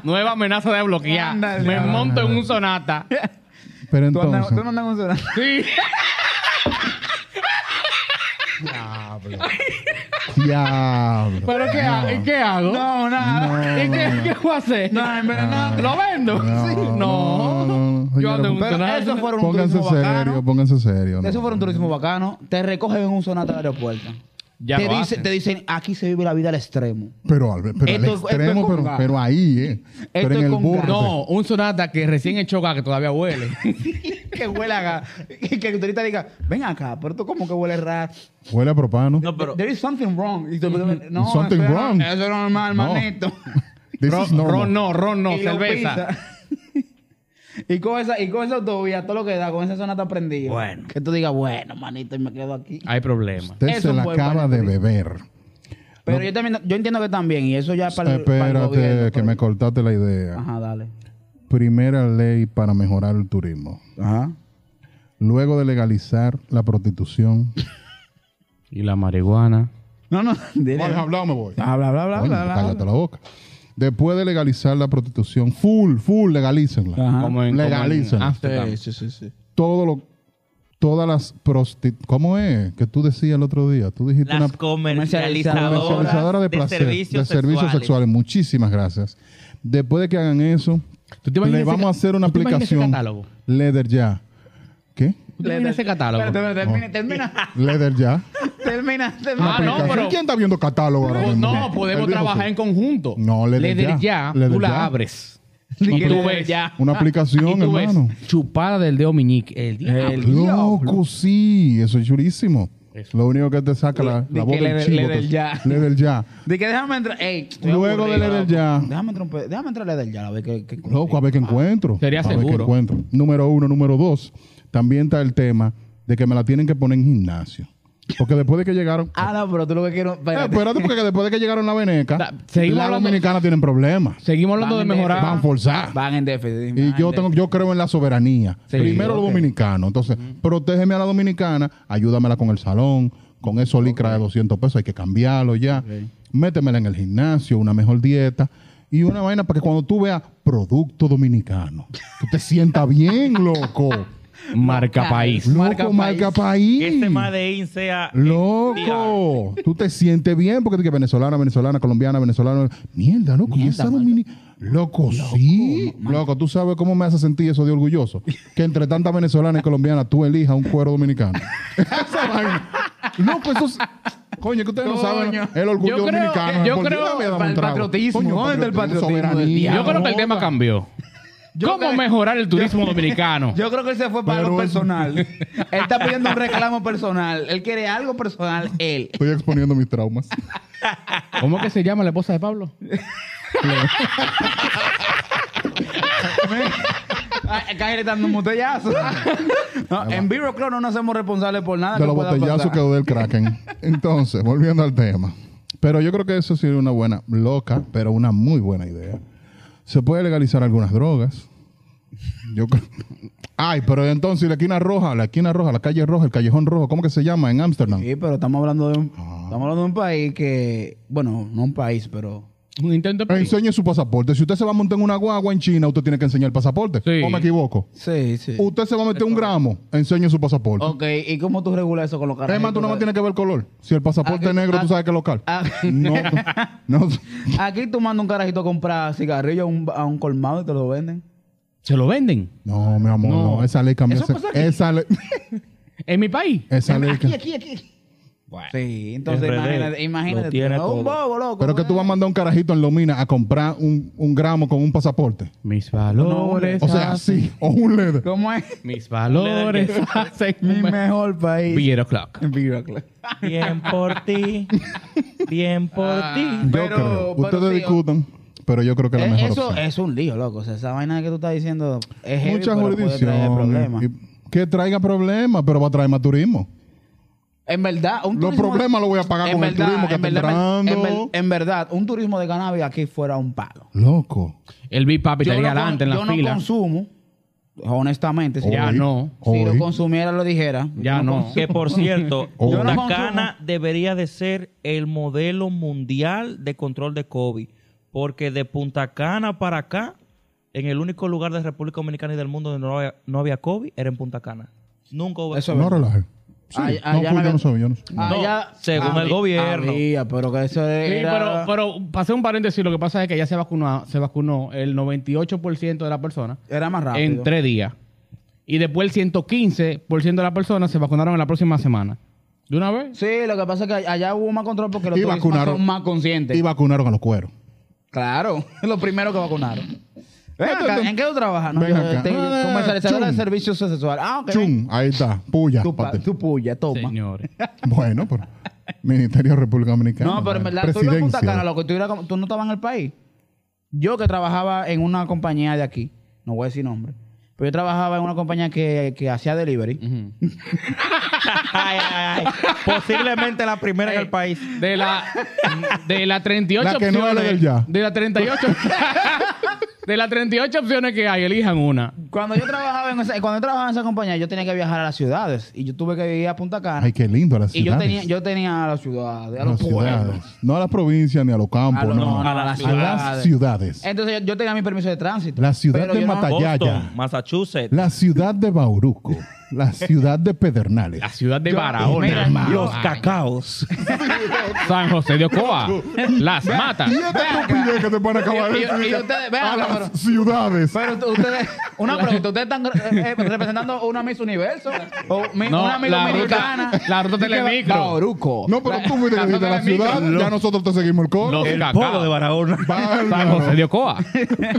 Speaker 1: Nueva amenaza de bloquear.
Speaker 4: Ándale.
Speaker 1: Me monto en un Sonata.
Speaker 2: Pero
Speaker 4: Tú, andas-
Speaker 2: entonces.
Speaker 4: tú no andas con Sonata.
Speaker 1: Sí.
Speaker 2: Diablo.
Speaker 1: ¿Pero qué, ha- ¿y qué hago?
Speaker 4: No, nada.
Speaker 1: ¿Y qué, qué voy a hacer?
Speaker 4: No, envenenado.
Speaker 1: ¿Lo vendo?
Speaker 2: No,
Speaker 1: Sí.
Speaker 2: no, no, no, no,
Speaker 1: Yo ando en un
Speaker 2: señora,
Speaker 4: Pero
Speaker 1: Sonata.
Speaker 4: eso fueron un
Speaker 2: Pónganse
Speaker 4: turismo
Speaker 2: serio,
Speaker 4: bacano.
Speaker 2: pónganse serio.
Speaker 4: Eso
Speaker 2: no.
Speaker 4: fue un turismo bacano. Te recogen en un Sonata del aeropuerto.
Speaker 1: Ya
Speaker 4: te,
Speaker 1: lo
Speaker 4: dice-
Speaker 1: hacen.
Speaker 4: te dicen, aquí se vive la vida al extremo.
Speaker 2: Pero, al, pero al
Speaker 4: Esto- esto es
Speaker 2: extremo,
Speaker 4: con
Speaker 2: pero,
Speaker 4: gas.
Speaker 2: pero ahí, ¿eh? pero en
Speaker 4: es
Speaker 2: el
Speaker 4: con
Speaker 2: burro.
Speaker 4: gas.
Speaker 1: No, un Sonata que recién echó gas que todavía huele.
Speaker 4: que huele a gas. Que, que el turista diga, ven acá, pero tú como que huele raro.
Speaker 2: Huele a propano.
Speaker 5: No, pero
Speaker 4: There is something wrong. Y tú- no,
Speaker 2: Something
Speaker 4: eso es-
Speaker 2: wrong.
Speaker 4: Eso es normal,
Speaker 2: No.
Speaker 4: manito.
Speaker 2: This is
Speaker 1: Ron,
Speaker 2: normal.
Speaker 1: ron no, ron no,
Speaker 4: Y lo
Speaker 1: cerveza.
Speaker 4: pisa. y con esa, y con esa autovía, todo lo que da, con esa zona tan prendida.
Speaker 5: Bueno.
Speaker 4: Que tú digas, bueno, manito, y me quedo aquí.
Speaker 1: Hay problemas.
Speaker 2: Usted
Speaker 4: Es
Speaker 2: se
Speaker 4: un
Speaker 2: la
Speaker 4: buen
Speaker 2: acaba de beber.
Speaker 4: Pero yo también, yo entiendo que también, y eso ya es para el, para el
Speaker 2: Espérate,
Speaker 4: gobierno,
Speaker 2: que
Speaker 4: pero-
Speaker 2: me cortaste la idea.
Speaker 4: Ajá, dale.
Speaker 2: Primera ley para mejorar el turismo.
Speaker 4: Ajá.
Speaker 2: Luego de legalizar la prostitución.
Speaker 1: Y la marihuana.
Speaker 4: No, no, dile.
Speaker 2: Vale, hablado me voy.
Speaker 4: Habla, habla, habla,
Speaker 2: Coño,
Speaker 4: habla, habla.
Speaker 2: cállate la boca. Después de legalizar la prostitución, full, full, legalícenla.
Speaker 4: Ajá.
Speaker 1: Como en,
Speaker 2: Legalízala.
Speaker 1: como en Amsterdam.
Speaker 4: Sí, sí, sí, sí.
Speaker 2: Todo lo, todas las prostitutas. ¿Cómo es? Que tú decías el otro día. Tú dijiste
Speaker 5: las
Speaker 2: una
Speaker 5: comercializadoras,
Speaker 2: comercializadora de
Speaker 5: de,
Speaker 2: placer,
Speaker 5: servicios,
Speaker 2: de servicios
Speaker 5: sexuales.
Speaker 2: sexuales. Muchísimas gracias. Después de que hagan eso,
Speaker 1: ¿Tú te imaginas
Speaker 2: le
Speaker 1: ese
Speaker 2: vamos a
Speaker 1: ca-
Speaker 2: hacer una
Speaker 1: tú te imaginas ese
Speaker 2: aplicación.
Speaker 1: catálogo?
Speaker 2: Leder ya. ¿Qué?
Speaker 1: ¿Tú te imaginas ese catálogo?
Speaker 4: Espérate, espérate, termina, termina.
Speaker 2: Leder ya.
Speaker 4: Termina,
Speaker 2: pues,
Speaker 4: pues, termina.
Speaker 1: Ah, no,
Speaker 2: Aplicación.
Speaker 1: pero-
Speaker 2: ¿Quién está viendo catálogo ahora mismo?
Speaker 1: No, podemos
Speaker 2: Él dijo
Speaker 1: trabajar
Speaker 2: sí.
Speaker 1: en conjunto.
Speaker 2: No, le des
Speaker 1: des
Speaker 2: ya.
Speaker 1: ya,
Speaker 2: Le
Speaker 1: tú
Speaker 2: des
Speaker 1: la
Speaker 2: ya.
Speaker 1: abres.
Speaker 4: Ni
Speaker 1: Y
Speaker 4: que
Speaker 1: tú
Speaker 4: le-
Speaker 1: ves ya. Ah,
Speaker 2: Una aplicación,
Speaker 1: Y tú ves,
Speaker 2: hermano.
Speaker 1: Chupada del dedo meñique. El diablo.
Speaker 2: Loco, sí, eso es chulísimo. Lo único que te saca la,
Speaker 4: Di
Speaker 2: la
Speaker 4: que
Speaker 2: voz
Speaker 4: le
Speaker 2: del
Speaker 4: de-
Speaker 2: chivo.
Speaker 4: le
Speaker 2: que-
Speaker 4: del ya.
Speaker 2: Le del ya.
Speaker 4: De que déjame entrar. Ey, estoy
Speaker 2: Luego
Speaker 4: aburrido,
Speaker 2: de leer el
Speaker 4: loco.
Speaker 2: ya.
Speaker 4: Déjame entrar, un pe- déjame entrar a leer el ya, a ver qué. qué
Speaker 2: Loco, a ver qué encuentro.
Speaker 1: Ah, Sería
Speaker 2: a ver qué
Speaker 1: seguro.
Speaker 2: encuentro. Número uno, número dos. También está el tema de que me la tienen que poner en gimnasio. Porque después de que llegaron.
Speaker 4: Ah, no, pero tú lo que quiero.
Speaker 2: Eh,
Speaker 4: Espérate.
Speaker 2: espérate, porque después de que llegaron la veneca,
Speaker 1: Da- seguimos
Speaker 2: las
Speaker 1: hablando-
Speaker 2: dominicanas tienen problemas.
Speaker 1: Seguimos hablando de
Speaker 4: Van en
Speaker 1: mejorar.
Speaker 2: Van forzadas.
Speaker 4: Van en déficit.
Speaker 2: Y
Speaker 4: van
Speaker 2: yo
Speaker 4: en
Speaker 2: tengo, yo creo en la soberanía.
Speaker 1: Sí,
Speaker 2: Primero los
Speaker 1: ok.
Speaker 2: dominicanos. Entonces, protégeme a la dominicana, ayúdamela con el salón, con esos licra de 200 pesos, hay que cambiarlo ya. Métemela en el gimnasio, una mejor dieta y una vaina para que cuando tú veas producto dominicano, tú te sientas bien, loco.
Speaker 1: Marca país.
Speaker 2: Loco,
Speaker 4: Marca
Speaker 2: marca,
Speaker 5: Que
Speaker 2: país.
Speaker 5: este Made in sea.
Speaker 2: Loco, tú te sientes bien porque tú que venezolana, venezolana, colombiana, venezolana. Mierda, loco, y esa domini- Loco, sí. Loco, tú sabes cómo me hace sentir eso de orgulloso. Que entre tantas venezolanas y colombianas tú elijas un cuero dominicano. esa vaina. Loco, eso es. Coño, que ustedes no saben
Speaker 4: Coño.
Speaker 2: el orgullo
Speaker 1: Yo creo-
Speaker 2: dominicano.
Speaker 1: yo
Speaker 2: Por
Speaker 1: creo-
Speaker 2: Dios, dame, dame
Speaker 4: para
Speaker 2: un
Speaker 4: el
Speaker 2: trago.
Speaker 4: patriotismo, ¿dónde está el patriotismo del
Speaker 2: soberanía,
Speaker 4: diablo?
Speaker 1: Yo creo que el tema
Speaker 2: loca.
Speaker 1: cambió. ¿Cómo mejorar el turismo dominicano?
Speaker 4: Yo creo que él se fue para
Speaker 2: Pero
Speaker 4: algo
Speaker 2: es-
Speaker 4: personal. él está pidiendo un reclamo personal. Él quiere algo personal, él.
Speaker 2: Estoy exponiendo mis traumas.
Speaker 1: ¿Cómo que se llama la esposa de Pablo?
Speaker 4: Ay, Cállate Ah, le dando un botellazo. No, en Viroclone no nos hacemos responsables por nada.
Speaker 2: de
Speaker 4: que
Speaker 2: los
Speaker 4: pueda
Speaker 2: botellazos
Speaker 4: pasar.
Speaker 2: quedó del Kraken. Entonces, volviendo al tema. Pero yo creo que eso sería una buena, loca, pero una muy buena idea. Se puede legalizar algunas drogas. Yo creo- Ay, pero entonces, ¿y la esquina roja, la esquina roja, la calle roja, el callejón rojo, ¿cómo que se llama en Ámsterdam?
Speaker 4: Sí, pero estamos hablando de un,
Speaker 2: Ah.
Speaker 4: estamos hablando de un país que, bueno, no un país, pero
Speaker 1: Un intento de
Speaker 2: Enseñe su pasaporte. Si usted se va a montar en una guagua en China, usted tiene que enseñar el pasaporte.
Speaker 1: Sí.
Speaker 2: ¿O me equivoco?
Speaker 4: sí, sí.
Speaker 2: Usted se va a meter un gramo, enseñe su pasaporte.
Speaker 4: Ok, ¿y cómo tú regulas eso con los carros?
Speaker 2: Es más, tú no tienes que ver el color. Si el pasaporte
Speaker 4: Ah,
Speaker 2: es negro,
Speaker 4: ah,
Speaker 2: tú sabes que es local.
Speaker 4: ah.
Speaker 2: no, no.
Speaker 4: Aquí tú mandas un carajito a comprar cigarrillo a un, a un colmado y te lo venden.
Speaker 1: ¿Se lo venden?
Speaker 2: No, mi amor, no. Esa ley cambió.
Speaker 4: Eso
Speaker 2: Esa,
Speaker 4: pasó aquí.
Speaker 2: esa ley.
Speaker 1: ¿En mi país?
Speaker 2: Esa ley
Speaker 4: Aquí,
Speaker 2: que-
Speaker 4: aquí, aquí. Sí, entonces
Speaker 5: RD,
Speaker 4: imagínate, imagínate
Speaker 5: lo
Speaker 4: tú,
Speaker 5: tiene
Speaker 4: ¿no? un
Speaker 5: todo.
Speaker 4: bobo, loco. ¿eh?
Speaker 2: Pero que tú vas a mandar un carajito en Lomina a comprar un, un gramo con un pasaporte.
Speaker 1: Mis valores.
Speaker 2: O
Speaker 4: Ah,
Speaker 2: sea,
Speaker 1: hacen-
Speaker 2: sí, o un LED.
Speaker 4: ¿Cómo es?
Speaker 1: Mis valores hacen
Speaker 4: Mi
Speaker 1: un me-
Speaker 4: mejor país.
Speaker 1: Beer o'clock.
Speaker 4: En Viroclone.
Speaker 5: Bien por ti. Bien por ti.
Speaker 2: Yo
Speaker 4: pero-
Speaker 2: creo.
Speaker 4: pero
Speaker 2: Ustedes
Speaker 4: sí,
Speaker 2: discutan, pero yo creo que es la
Speaker 4: Eh,
Speaker 2: mejor
Speaker 4: Eso
Speaker 2: opción.
Speaker 4: es un lío, loco. O sea, esa vaina que tú estás diciendo es heavy,
Speaker 2: Muchas
Speaker 4: pero puede traer problemas.
Speaker 2: jurisdicciones. y- Que traiga problemas, pero va a traer más turismo.
Speaker 4: En verdad, un
Speaker 2: Los
Speaker 4: turismo-
Speaker 2: problemas los voy a pagar
Speaker 4: en
Speaker 2: con el
Speaker 4: verdad,
Speaker 2: turismo que
Speaker 4: en
Speaker 2: está
Speaker 4: verdad, en ver-
Speaker 2: entrando.
Speaker 4: en ver- en verdad, un turismo de cannabis aquí fuera un palo.
Speaker 2: Loco.
Speaker 1: El Big Papi
Speaker 4: Yo,
Speaker 1: Pues estaría
Speaker 4: no,
Speaker 1: adelante en
Speaker 4: con-
Speaker 1: la
Speaker 4: yo no
Speaker 1: fila.
Speaker 4: consumo, honestamente. Si,
Speaker 1: Ya
Speaker 2: Hoy,
Speaker 1: no.
Speaker 4: si lo
Speaker 2: hoy.
Speaker 4: consumiera, lo dijera.
Speaker 1: Ya no.
Speaker 5: Que por cierto,
Speaker 2: Oh.
Speaker 4: Yo no consumo.
Speaker 5: Tacana debería de ser el modelo mundial de control de COVID. Porque de Punta Cana para acá, en el único lugar de República Dominicana y del mundo donde no había, no había COVID, era en Punta Cana. Nunca hubo.
Speaker 4: Eso es
Speaker 2: No
Speaker 4: verdad. Ah,
Speaker 2: relaje. Sí,
Speaker 4: Ay- ay,
Speaker 2: no
Speaker 4: ya
Speaker 2: fui,
Speaker 4: la-
Speaker 2: yo no sabía. yo no sabía.
Speaker 5: No,
Speaker 4: Allá-
Speaker 5: según el
Speaker 4: había-
Speaker 5: gobierno.
Speaker 4: había, ah, pero que eso
Speaker 1: Sí, eh, pero,
Speaker 4: era...
Speaker 1: pero pasé un paréntesis. Lo que pasa es que ya se vacunó, se vacunó el 98% de la persona
Speaker 4: Era más rápido.
Speaker 1: en tres días. Y después el 115% de las personas se vacunaron en la próxima semana. ¿De una vez?
Speaker 4: Sí, lo que pasa es que allá hubo más control porque los
Speaker 2: Y
Speaker 4: turistas
Speaker 2: vacunaron.
Speaker 4: son más conscientes.
Speaker 2: Y vacunaron a los cueros.
Speaker 4: Claro, lo primero que vacunaron. Ven
Speaker 2: Ven
Speaker 4: acá,
Speaker 2: acá.
Speaker 4: ¿En qué tú trabajas? No,
Speaker 2: Ven
Speaker 4: yo-
Speaker 2: acá.
Speaker 4: te-
Speaker 2: No, no, no,
Speaker 4: comercializadora de
Speaker 2: chum.
Speaker 4: servicios sexuales. Ah, ok.
Speaker 2: Chum, ahí está. Puya.
Speaker 4: Tu, pa-
Speaker 2: pate.
Speaker 4: tu puya, toma.
Speaker 1: Señores.
Speaker 2: Bueno, pero Ministerio de República Dominicana.
Speaker 4: No, pero en verdad, tú
Speaker 2: Presidencia.
Speaker 4: lo Punta Cana, loco, tú, eras como- tú no estabas en el país. Yo que trabajaba en una compañía de aquí, no voy a decir nombre, pero yo trabajaba en una compañía que, que hacía delivery.
Speaker 5: Ay, ay, ay. Posiblemente la primera en el país.
Speaker 1: De la, de la 38
Speaker 2: La que no
Speaker 1: opciones.
Speaker 2: era del ya.
Speaker 1: De la 38. de las 38 opciones que hay, elijan una.
Speaker 4: Cuando yo trabajaba en esa, cuando yo trabajaba en esa compañía, yo tenía que viajar a las ciudades y yo tuve que ir a Punta Cana.
Speaker 2: Ay, qué lindo las
Speaker 4: y yo
Speaker 2: ciudades.
Speaker 4: tenía, yo tenía a las ciudades, a
Speaker 2: A
Speaker 4: los
Speaker 2: las
Speaker 4: pueblos.
Speaker 2: ciudades. No a las provincias ni a los campos.
Speaker 4: A los-
Speaker 2: no,
Speaker 4: no, no, a las ciudades.
Speaker 2: las ciudades.
Speaker 4: Entonces yo, yo tenía mi permiso de tránsito.
Speaker 2: La ciudad
Speaker 4: Pero
Speaker 2: de
Speaker 4: yo no-
Speaker 2: Matalla- Ya,
Speaker 5: Boston,
Speaker 2: ya.
Speaker 5: Massachusetts.
Speaker 2: La ciudad de Bauruco. la ciudad de Pedernales.
Speaker 1: La ciudad de
Speaker 4: Yo-
Speaker 1: Barahona.
Speaker 4: Mira,
Speaker 5: Los
Speaker 1: Ay,
Speaker 5: cacaos.
Speaker 1: San José de Ocoa. Las matas.
Speaker 2: Y esta estupidez que te van a acabar de
Speaker 4: Y- y- y
Speaker 2: decir.
Speaker 4: ustedes, vean,
Speaker 2: A las
Speaker 4: pero-
Speaker 2: ciudades.
Speaker 4: Pero t- ustedes, una no, pero si ustedes están eh, eh, representando una Miss Universo o mi-
Speaker 1: No,
Speaker 4: una Miss
Speaker 1: la
Speaker 4: Dominicana.
Speaker 1: ruta- la ruta
Speaker 4: Así que va-
Speaker 1: Telemicro.
Speaker 4: Bauruco.
Speaker 2: No, pero tú fuiste que viniste a la ciudad, ya nosotros te seguimos el coro.
Speaker 1: Los
Speaker 5: El
Speaker 1: cacao.
Speaker 5: pogo de Barahona.
Speaker 2: Bárbaro.
Speaker 1: San José de Ocoa.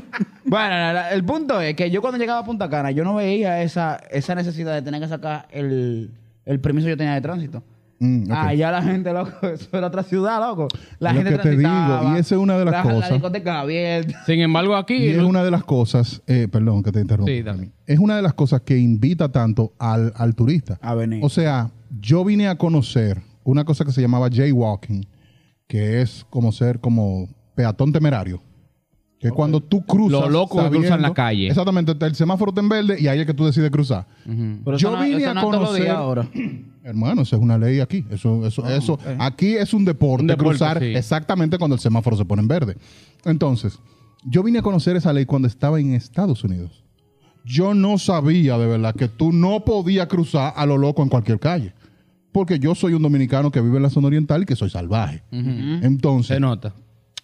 Speaker 4: Bueno, la- la- el punto es que yo cuando llegaba a Punta Cana, yo no veía esa, esa necesidad de tener que sacar el, el permiso que yo tenía de tránsito.
Speaker 2: Mm, ok.
Speaker 4: Allá la gente, loco, eso era otra ciudad, loco. La
Speaker 2: Lo
Speaker 4: gente
Speaker 2: que te
Speaker 4: transitaba,
Speaker 2: digo, y esa es una de las
Speaker 4: la-
Speaker 2: cosas.
Speaker 4: La discoteca abierta.
Speaker 1: Sin embargo,
Speaker 2: Y
Speaker 1: aquí.
Speaker 2: es una de las cosas, eh, perdón que te interrumpa.
Speaker 1: Sí, dale.
Speaker 2: Es una de las cosas que invita tanto al, al turista.
Speaker 4: A venir.
Speaker 2: O sea, yo vine a conocer una cosa que se llamaba jaywalking, que es como ser como peatón temerario. Que es cuando tú cruzas.
Speaker 1: Los locos que
Speaker 2: sabiendo-
Speaker 1: cruzan la calle.
Speaker 2: Exactamente, el semáforo está en verde y ahí es que tú decides cruzar.
Speaker 4: Pero
Speaker 2: Yo
Speaker 4: eso no-
Speaker 2: vine
Speaker 4: eso
Speaker 2: a
Speaker 4: no es todos los
Speaker 2: conocer-
Speaker 4: días ahora. Ah,
Speaker 2: Hermano, esa es una ley aquí. Eso, eso, eso. Aquí es un deporte,
Speaker 1: Un deporte,
Speaker 2: cruzar
Speaker 1: sí.
Speaker 2: exactamente cuando el semáforo se pone en verde. Entonces, yo vine a conocer esa ley cuando estaba en Estados Unidos. Yo no sabía de verdad que tú no podías cruzar a lo loco en cualquier calle. Porque yo soy un dominicano que vive en la zona oriental y que soy salvaje. Entonces,
Speaker 1: Se nota.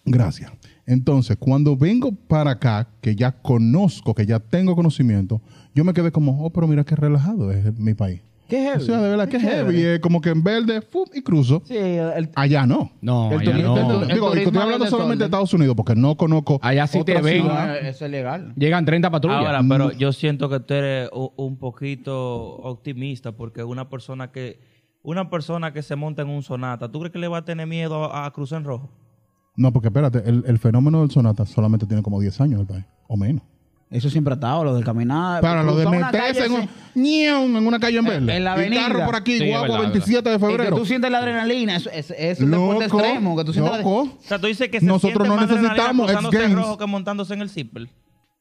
Speaker 2: Gracias. Entonces, cuando vengo para acá, que ya conozco, que ya tengo conocimiento, yo me quedé como, oh, pero mira qué relajado es mi país.
Speaker 4: Qué heavy.
Speaker 2: O sea, de verdad, qué heavy. Es como que en verde, ¡fup! y cruzo.
Speaker 4: Sí, el,
Speaker 2: Allá no.
Speaker 1: No,
Speaker 4: El
Speaker 1: allá
Speaker 4: turista-
Speaker 1: no.
Speaker 4: el
Speaker 2: Digo, y
Speaker 4: turismo
Speaker 2: estoy
Speaker 4: es
Speaker 2: hablando
Speaker 4: de
Speaker 2: solamente de
Speaker 4: ¿eh? desorden.
Speaker 2: Estados Unidos porque no conozco.
Speaker 1: Allá sí te
Speaker 2: otra
Speaker 1: ven.
Speaker 2: ciudad.
Speaker 4: no, eso es legal.
Speaker 1: Llegan 30 patrullas.
Speaker 5: Ahora, pero yo siento que tú eres u- un, poquito optimista porque una persona que una persona que se monta en un sonata, ¿tú crees que le va a tener miedo a, a cruzar en rojo?
Speaker 2: No, porque espérate, el, el fenómeno del sonata solamente tiene como 10 años en el país, o menos.
Speaker 4: Eso siempre ha estado, lo del caminar.
Speaker 2: Para lo de
Speaker 4: cruzar una
Speaker 2: meterse
Speaker 4: calle
Speaker 2: en, un,
Speaker 4: así,
Speaker 2: ñeon, en una calle en verde.
Speaker 4: en la
Speaker 2: Y
Speaker 4: avenida.
Speaker 2: carro por aquí,
Speaker 1: Sí, es
Speaker 2: guagua,
Speaker 1: verdad,
Speaker 2: 27 de
Speaker 4: Y que
Speaker 2: febrero.
Speaker 4: tú sientes la adrenalina, eso es, es un deporte
Speaker 2: Loco,
Speaker 4: extremo. Que tú sientes la-
Speaker 2: loco.
Speaker 5: O sea, tú dices que
Speaker 2: Nosotros
Speaker 5: siente
Speaker 2: no
Speaker 5: más adrenalina
Speaker 2: necesitamos
Speaker 5: cruzándose en
Speaker 2: X-Games.
Speaker 5: rojo que montándose en el zipper.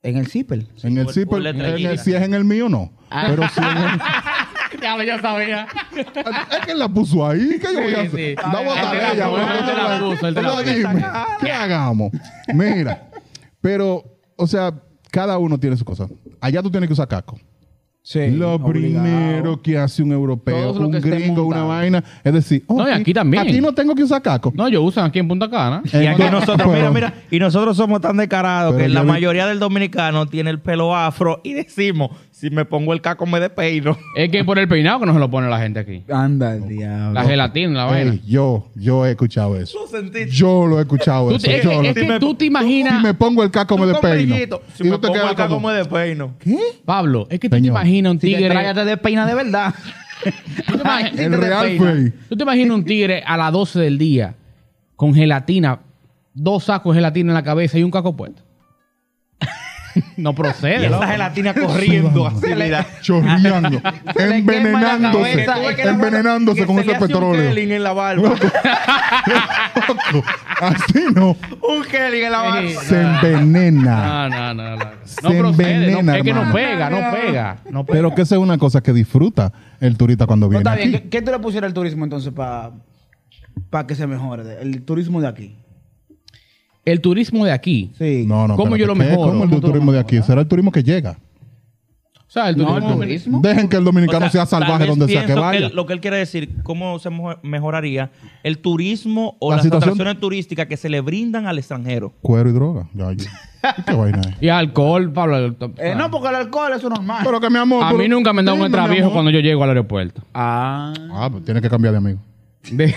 Speaker 4: En el zipper.
Speaker 2: en el
Speaker 5: por-
Speaker 2: zipper,
Speaker 5: por la
Speaker 2: en
Speaker 5: estrellita.
Speaker 2: el- si es en el mío, no.
Speaker 4: Ah.
Speaker 2: Pero si en el-
Speaker 1: Ya lo yo sabía.
Speaker 2: es que él la puso ahí. ¿Qué yo voy a
Speaker 1: Sí,
Speaker 2: hacer?
Speaker 1: sí.
Speaker 2: La voy a
Speaker 1: Él te la
Speaker 2: botar
Speaker 1: puso,
Speaker 2: ella, güey.
Speaker 1: él te la puso, él te la
Speaker 2: Pero
Speaker 1: puso.
Speaker 2: dime, ¿Qué hagamos? Mira, pero, o sea, cada uno tiene su cosa. Allá tú tienes que usar casco.
Speaker 4: Sí.
Speaker 2: lo primero que hace un europeo,
Speaker 4: Todos los
Speaker 2: un
Speaker 4: que estén
Speaker 2: gringo, una
Speaker 4: montados.
Speaker 2: vaina, es decir, oh,
Speaker 1: No, y aquí también.
Speaker 2: Aquí no tengo que usar casco.
Speaker 1: No, yo usan aquí en Punta Cana.
Speaker 5: Y aquí
Speaker 2: Entonces,
Speaker 5: nosotros, mira,
Speaker 2: pero-
Speaker 5: mira, y nosotros somos tan descarados
Speaker 2: Pero
Speaker 5: que
Speaker 2: yo
Speaker 5: la
Speaker 2: vi-
Speaker 5: mayoría del dominicano tiene el pelo afro y decimos, si me pongo el caco me despeino.
Speaker 1: Es que por el peinado que no se lo pone la gente aquí.
Speaker 4: Anda el diablo.
Speaker 1: La gelatina, la vaina.
Speaker 2: Ey, yo, yo he escuchado eso.
Speaker 5: Lo sentí.
Speaker 2: Yo lo he escuchado
Speaker 1: Tú
Speaker 2: eso.
Speaker 1: te- es,
Speaker 2: pues, yo
Speaker 1: que-
Speaker 2: lo-
Speaker 1: es que tú te
Speaker 2: si
Speaker 1: imaginas,
Speaker 2: me pongo el casco me
Speaker 5: Tú con
Speaker 2: despeino.
Speaker 5: brillito,
Speaker 2: Y
Speaker 5: Si me
Speaker 2: tú te
Speaker 5: pongo
Speaker 2: quedas
Speaker 5: el caco
Speaker 2: como,
Speaker 5: me despeino.
Speaker 1: Pablo, es que tú
Speaker 2: Señor.
Speaker 1: te imaginas un
Speaker 4: Si te
Speaker 1: tigre.
Speaker 4: traes, te despeina de verdad.
Speaker 1: tú, te imag-
Speaker 2: El real
Speaker 4: despeinas.
Speaker 2: fey.
Speaker 1: tú te imaginas un tigre a las 12 del día con gelatina, dos sacos de gelatina en la cabeza y un caco puesto. no procede, loco.
Speaker 5: Esa gelatina corriendo así, mira.
Speaker 2: chorreando,
Speaker 4: Se le quema la
Speaker 2: envenenándose,
Speaker 4: cabeza, es que la-
Speaker 2: envenenándose
Speaker 5: Que
Speaker 2: con
Speaker 5: se le
Speaker 2: ese
Speaker 5: hace un
Speaker 2: petróleo.
Speaker 5: Kelling en la barba.
Speaker 2: Loco, Así no,
Speaker 5: un Kelly en la barba.
Speaker 1: Sí.
Speaker 2: se
Speaker 1: No,
Speaker 2: envenena.
Speaker 1: no, no. No, no
Speaker 2: Se
Speaker 1: procede. no-
Speaker 2: envenena,
Speaker 1: es que no
Speaker 2: hermano.
Speaker 1: pega, no pega. No pega.
Speaker 2: Pero que esa es una cosa que disfruta el turista cuando
Speaker 4: No,
Speaker 2: viene
Speaker 4: Pues está bien.
Speaker 2: aquí.
Speaker 4: ¿Qué, qué tú le pusieras al turismo entonces para que se mejore? El turismo de aquí. Eh,
Speaker 1: El turismo de aquí.
Speaker 4: Sí.
Speaker 2: No, no,
Speaker 1: ¿Cómo
Speaker 2: espérate,
Speaker 1: yo lo
Speaker 2: ¿qué?
Speaker 1: mejoro?
Speaker 2: ¿Cómo el
Speaker 1: ¿Cómo tú lo
Speaker 2: turismo de aquí? Será el turismo que llega.
Speaker 1: O sea, el
Speaker 4: No,
Speaker 1: turismo.
Speaker 4: el turismo.
Speaker 2: Dejen que el dominicano
Speaker 5: O sea,
Speaker 2: sea salvaje
Speaker 5: tal vez
Speaker 2: donde sea que
Speaker 5: pienso
Speaker 2: vaya.
Speaker 5: él- lo que él quiere decir, cómo se mejo- mejoraría el turismo o
Speaker 2: La
Speaker 5: las
Speaker 2: situación-
Speaker 5: atracciones turísticas que se le brindan al extranjero.
Speaker 2: Cuero y droga. Ya, yo- ¿Qué vaina es?
Speaker 1: Y alcohol, Pablo. el- o sea,
Speaker 4: Eh, no, porque el alcohol eso es normal.
Speaker 2: Pero que mi amor.
Speaker 1: a
Speaker 2: pero-
Speaker 1: mí nunca me han dado un
Speaker 2: Dime, mi
Speaker 1: extraviejo
Speaker 2: amor.
Speaker 1: cuando yo llego al aeropuerto.
Speaker 4: Ah.
Speaker 2: Ah, pues tiene que cambiar de amigo.
Speaker 1: De-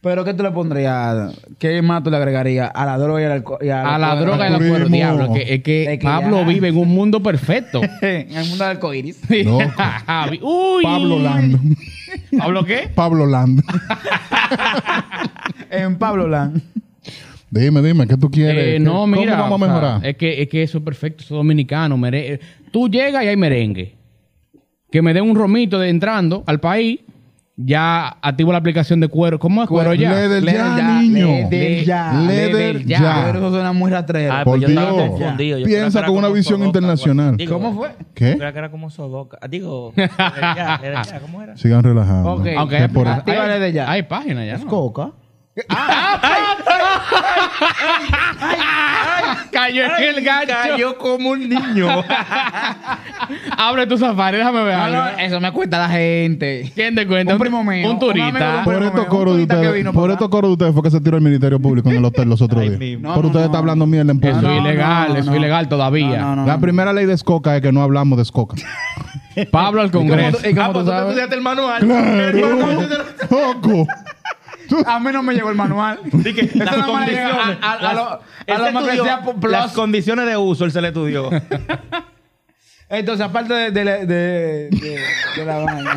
Speaker 4: Pero ¿qué tú le pondrías? ¿Qué más tú le agregarías a la droga y al alcohol? y al
Speaker 1: a la
Speaker 4: alcohol?
Speaker 1: droga y al
Speaker 2: turismo.
Speaker 1: acuerdo. Diablo, es que, es que
Speaker 4: Es que
Speaker 1: Pablo
Speaker 4: ya.
Speaker 1: vive en un mundo perfecto.
Speaker 4: en el mundo del arcoíris.
Speaker 2: Loco.
Speaker 1: Javi. Uy.
Speaker 2: Pablo Lando.
Speaker 1: ¿Pablo qué?
Speaker 2: Pablo Lando.
Speaker 4: en Pablo Lan.
Speaker 2: Dime, dime, ¿qué tú quieres?
Speaker 1: Eh, no,
Speaker 2: ¿Cómo
Speaker 1: mira.
Speaker 2: vamos a
Speaker 1: o sea, eh,
Speaker 2: mejorar?
Speaker 1: es, que, es que eso es perfecto, eso es dominicano. mere- eh, Tú llegas y hay merengue. Que me den un romito de entrando al país, ya activo la aplicación de cuero. ¿Cómo es
Speaker 4: Pues,
Speaker 1: cuero, ya?
Speaker 2: Leather
Speaker 4: Leather
Speaker 2: ya,
Speaker 4: ya,
Speaker 2: niño.
Speaker 4: leather ya.
Speaker 2: Leather
Speaker 1: Leather
Speaker 2: ya.
Speaker 1: ya.
Speaker 4: Pero eso suena muy rastrero.
Speaker 5: Ah,
Speaker 2: Por
Speaker 5: pues yo estaba
Speaker 2: Dios.
Speaker 5: confundido. Yo
Speaker 2: Piensa
Speaker 5: pensaba que era
Speaker 2: con una
Speaker 5: como
Speaker 2: visión
Speaker 5: Sodoca,
Speaker 2: internacional.
Speaker 5: digo,
Speaker 4: ¿Cómo fue?
Speaker 5: Yo
Speaker 2: ¿Qué?
Speaker 5: Creo que era como Sodoca. Digo, ya, ya, ya, ¿cómo era?
Speaker 2: Sigan relajando.
Speaker 4: Ok.
Speaker 1: Aunque
Speaker 2: Que
Speaker 1: hay,
Speaker 2: por-
Speaker 4: Ah, Activa
Speaker 1: hay-
Speaker 4: desde ya.
Speaker 1: hay páginas ya.
Speaker 4: Es
Speaker 1: ¿no?
Speaker 4: coca.
Speaker 1: cayó en el gancho.
Speaker 5: Cayó como un niño. Ah,
Speaker 1: Abre tu safari, déjame ver.
Speaker 4: No,
Speaker 1: algo.
Speaker 4: no, eso me cuenta la gente.
Speaker 1: ¿Quién te cuenta?
Speaker 4: Un primo mío,
Speaker 1: Un
Speaker 4: un amigo de
Speaker 1: turista.
Speaker 4: un-
Speaker 2: Por
Speaker 4: Pero
Speaker 2: estos
Speaker 4: me-
Speaker 2: coros de
Speaker 4: un turista que
Speaker 2: ustedes,
Speaker 4: vino
Speaker 2: por
Speaker 4: para
Speaker 2: estos coros de ustedes fue que se tiró el Ministerio Público en el hotel los otros días.
Speaker 5: mismo.
Speaker 2: Por
Speaker 4: No,
Speaker 2: ustedes
Speaker 4: no,
Speaker 2: está
Speaker 4: no.
Speaker 2: hablando mierda en
Speaker 1: Eso
Speaker 2: público.
Speaker 4: Ah, No,
Speaker 1: es
Speaker 4: no,
Speaker 1: ilegal,
Speaker 4: no, no,
Speaker 1: eso es
Speaker 4: no.
Speaker 1: ilegal todavía.
Speaker 4: No, no,
Speaker 2: La primera ley de Escoca es que no hablamos de Escoca.
Speaker 1: Pablo al Congreso.
Speaker 4: ¿Y cómo
Speaker 5: ah,
Speaker 4: tú
Speaker 5: pues tú te
Speaker 4: sabes?
Speaker 5: estudiaste el manual. El manual, tú te lo-
Speaker 2: ¡Loco!
Speaker 4: A mí no me llegó el manual.
Speaker 5: Di que
Speaker 4: Eso
Speaker 5: las
Speaker 4: nada más le
Speaker 5: condiciones.
Speaker 4: llega A, a- a
Speaker 5: las-
Speaker 4: lo- a
Speaker 5: él
Speaker 4: lo
Speaker 5: se
Speaker 4: más que
Speaker 5: estudió
Speaker 4: sea por
Speaker 5: Las
Speaker 4: plus.
Speaker 5: condiciones de uso, él se le estudió.
Speaker 4: Entonces, aparte de, de, la- de- de- de la vaina.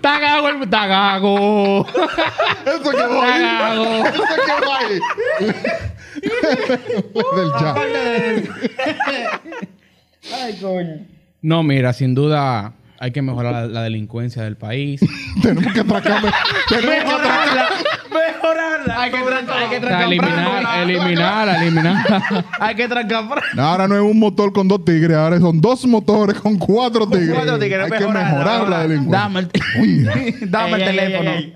Speaker 1: Tagago el tagago.
Speaker 2: ¡Eso que voy!
Speaker 1: Tagago.
Speaker 2: ¡Eso que voy! Del chat.
Speaker 4: Ay, coño.
Speaker 1: No, mira, sin duda hay que mejorar la, la delincuencia del país.
Speaker 2: Tenemos que atracarme. Tenemos que atracarme.
Speaker 5: Mejorarla.
Speaker 4: Hay que trancar, hay que
Speaker 1: O sea,
Speaker 4: trancar
Speaker 1: eliminar,
Speaker 4: franco.
Speaker 1: eliminar, eliminar.
Speaker 4: Hay que trancar franco.
Speaker 2: Ahora no es un motor con dos tigres, ahora son dos motores con cuatro tigres.
Speaker 5: cuatro tigres,
Speaker 2: Hay que
Speaker 5: mejorarla,
Speaker 2: mejorar la
Speaker 5: mejorarla.
Speaker 2: delincuencia.
Speaker 4: Dame el,
Speaker 2: Uy,
Speaker 4: dame el
Speaker 5: Ey, ey,
Speaker 4: teléfono.
Speaker 5: ey,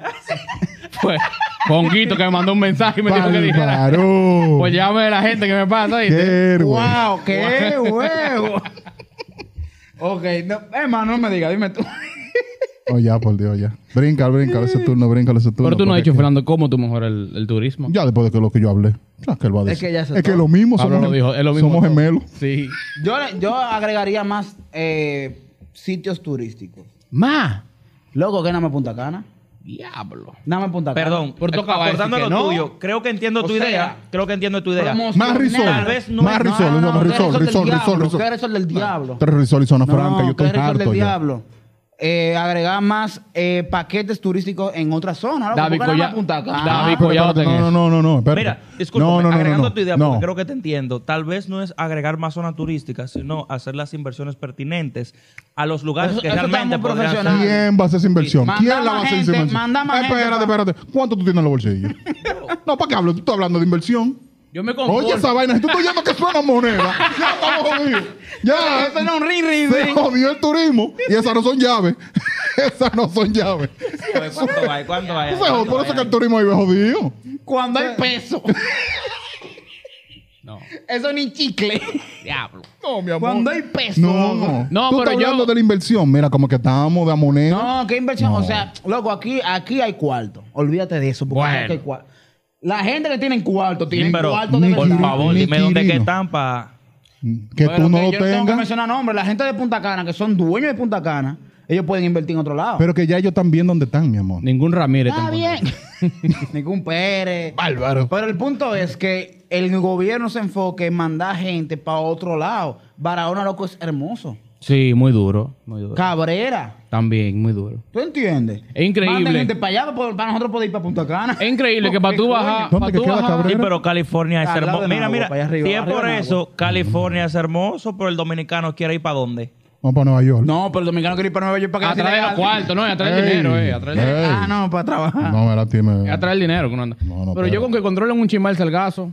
Speaker 1: Pues, Ponguito que me mandó un mensaje y me dijo que dijera.
Speaker 2: Bárbaro.
Speaker 1: Pues llámame a la gente que me pasa.
Speaker 2: Qué
Speaker 1: ¿oíste?
Speaker 2: vergüenza.
Speaker 4: ¡Wow! ¡Qué huevo! ok, no, hermano, no me digas, dime tú.
Speaker 2: Oh, ya, por Dios, ya. Brinca, brinca ese turno, brinca ese turno.
Speaker 1: Pero tú no has
Speaker 2: porque
Speaker 1: dicho,
Speaker 2: es que-
Speaker 1: Fernando, cómo tú mejoras el, el turismo.
Speaker 2: Ya después de que lo que yo hablé. Claro que él va a
Speaker 4: Es
Speaker 2: decir.
Speaker 4: que ya eso es todo.
Speaker 2: lo mismo,
Speaker 1: Pablo
Speaker 2: somos,
Speaker 1: lo dijo, es lo mismo.
Speaker 2: somos
Speaker 1: todo.
Speaker 2: gemelos.
Speaker 1: Sí.
Speaker 4: Yo, le- yo agregaría más eh, sitios turísticos.
Speaker 1: Ma,
Speaker 4: Loco, que nada más Punta Cana.
Speaker 1: diablo.
Speaker 4: Nada más Punta Cana.
Speaker 5: Perdón,
Speaker 1: Por tu acabas de
Speaker 5: aportando
Speaker 1: decir
Speaker 5: lo
Speaker 1: que no.
Speaker 5: tuyo. Creo que entiendo tu
Speaker 4: O sea,
Speaker 5: idea. Creo que entiendo tu idea.
Speaker 4: Promocionar.
Speaker 2: Más risol.
Speaker 5: Tal vez no
Speaker 2: más
Speaker 5: es-
Speaker 2: risol,
Speaker 4: No, no, no,
Speaker 2: más
Speaker 4: que
Speaker 2: risol,
Speaker 4: eres el
Speaker 2: risol,
Speaker 4: del
Speaker 2: risol,
Speaker 4: diablo,
Speaker 2: risol. Ah,
Speaker 4: que eres el del diablo.
Speaker 2: Tres risol y zona
Speaker 4: No,
Speaker 2: franca, yo
Speaker 4: que
Speaker 2: estoy
Speaker 4: eres el
Speaker 2: harto
Speaker 4: del
Speaker 2: ya.
Speaker 4: diablo. Eh, agregar más eh, paquetes turísticos en otras zonas. Loco,
Speaker 1: David
Speaker 4: porque nada más
Speaker 1: Colla-
Speaker 4: Punta Cana.
Speaker 1: David
Speaker 2: Ah, pero
Speaker 1: Collado
Speaker 2: espérate,
Speaker 1: tenés.
Speaker 2: No, no, no, no, espérate.
Speaker 5: Mira, disculpa,
Speaker 2: No, no, no,
Speaker 5: agregando
Speaker 2: no,
Speaker 5: tu idea,
Speaker 2: no.
Speaker 5: porque creo que te entiendo. Tal vez no es agregar más zonas turísticas, sino hacer las inversiones pertinentes a los lugares
Speaker 4: Eso-
Speaker 5: que
Speaker 4: eso está
Speaker 5: realmente
Speaker 4: muy
Speaker 5: podrían ser.
Speaker 4: profesional.
Speaker 2: ¿Quién va a hacer esa inversión?
Speaker 4: Manda
Speaker 2: ¿Quién la
Speaker 4: más
Speaker 2: va a hacer esa
Speaker 4: gente,
Speaker 2: inversión?
Speaker 4: manda más gente,
Speaker 2: espérate,
Speaker 4: pa-
Speaker 2: espérate. ¿Cuánto tú tienes en los bolsillos? no, ¿para qué hablo? Tú estás hablando de inversión.
Speaker 1: Yo me conformo.
Speaker 2: Oye, esa vaina, si tú estás oyendo que suena moneda, ya estamos jodidos. Ya,
Speaker 4: Eso no es un ring, ring,
Speaker 2: se
Speaker 4: ring.
Speaker 2: jodió el turismo y esas no son llaves. esas no son llaves.
Speaker 5: ¿Cuánto va? ¿Cuánto va?
Speaker 2: Tú sabes, por eso que el turismo ahí va jodido.
Speaker 4: Cuando hay peso.
Speaker 1: No.
Speaker 4: Eso ni chicle. Diablo.
Speaker 2: No, mi amor.
Speaker 4: Cuando hay peso.
Speaker 2: No, no.
Speaker 1: No,
Speaker 2: Tú
Speaker 1: pero
Speaker 2: estás
Speaker 1: yo-
Speaker 2: hablando de la inversión. Mira, como que estábamos de a moneda.
Speaker 4: No, qué inversión. O sea, loco, aquí, aquí hay cuarto. Olvídate de eso. Porque
Speaker 1: Bueno.
Speaker 4: aquí hay cuarto. La gente que tiene cuarto tiene
Speaker 5: Pero,
Speaker 4: cuarto de
Speaker 5: por
Speaker 4: verdad.
Speaker 5: favor,
Speaker 2: Ni
Speaker 5: dime dónde es que
Speaker 2: Quirino.
Speaker 5: están para...
Speaker 2: que
Speaker 4: Pero
Speaker 2: tú no
Speaker 4: que
Speaker 2: lo
Speaker 4: yo tengo que
Speaker 2: tengas.
Speaker 4: mencionar nombres. La gente de Punta Cana, que son dueños de Punta Cana, ellos pueden invertir en otro lado.
Speaker 2: Pero que ya ellos están viendo dónde están, mi amor.
Speaker 1: Ningún Ramírez
Speaker 4: Está
Speaker 1: tampoco.
Speaker 4: bien. Ningún Pérez.
Speaker 2: Bárbaro.
Speaker 4: Pero el punto es que el gobierno se enfoque en mandar gente para otro lado. Barahona, loco, es hermoso.
Speaker 1: Sí, muy duro. Muy duro.
Speaker 4: Cabrera.
Speaker 1: También, muy duro.
Speaker 4: ¿Tú entiendes?
Speaker 1: Es increíble.
Speaker 4: Manden gente para allá, por- para nosotros poder ir para Punta Cana.
Speaker 1: Es increíble que para tú bajar.
Speaker 2: ¿Dónde
Speaker 1: pa'
Speaker 2: que
Speaker 1: tú
Speaker 2: queda,
Speaker 1: bajar-
Speaker 2: cabrón?
Speaker 5: Sí, pero California es
Speaker 4: Al lado
Speaker 5: hermoso.
Speaker 4: de
Speaker 5: Mira,
Speaker 4: Managua,
Speaker 5: mira,
Speaker 4: para allá arriba,
Speaker 5: si es
Speaker 4: arriba
Speaker 5: por
Speaker 4: de
Speaker 5: eso, California es hermoso, pero el dominicano quiere ir para dónde.
Speaker 2: Vamos para Nueva York.
Speaker 4: No, pero el dominicano quiere ir para Nueva York para que
Speaker 1: Atrae
Speaker 4: sea
Speaker 1: a cuarto, no, y atrae el
Speaker 2: Ey,
Speaker 1: dinero, eh. Atrae el dinero.
Speaker 2: ey.
Speaker 4: Ah, no, para trabajar.
Speaker 2: No, me la tiene.
Speaker 1: Atrae el dinero. que uno anda.
Speaker 2: No, no,
Speaker 1: pero yo
Speaker 2: pero-
Speaker 1: con que controlen un chimal salgazo.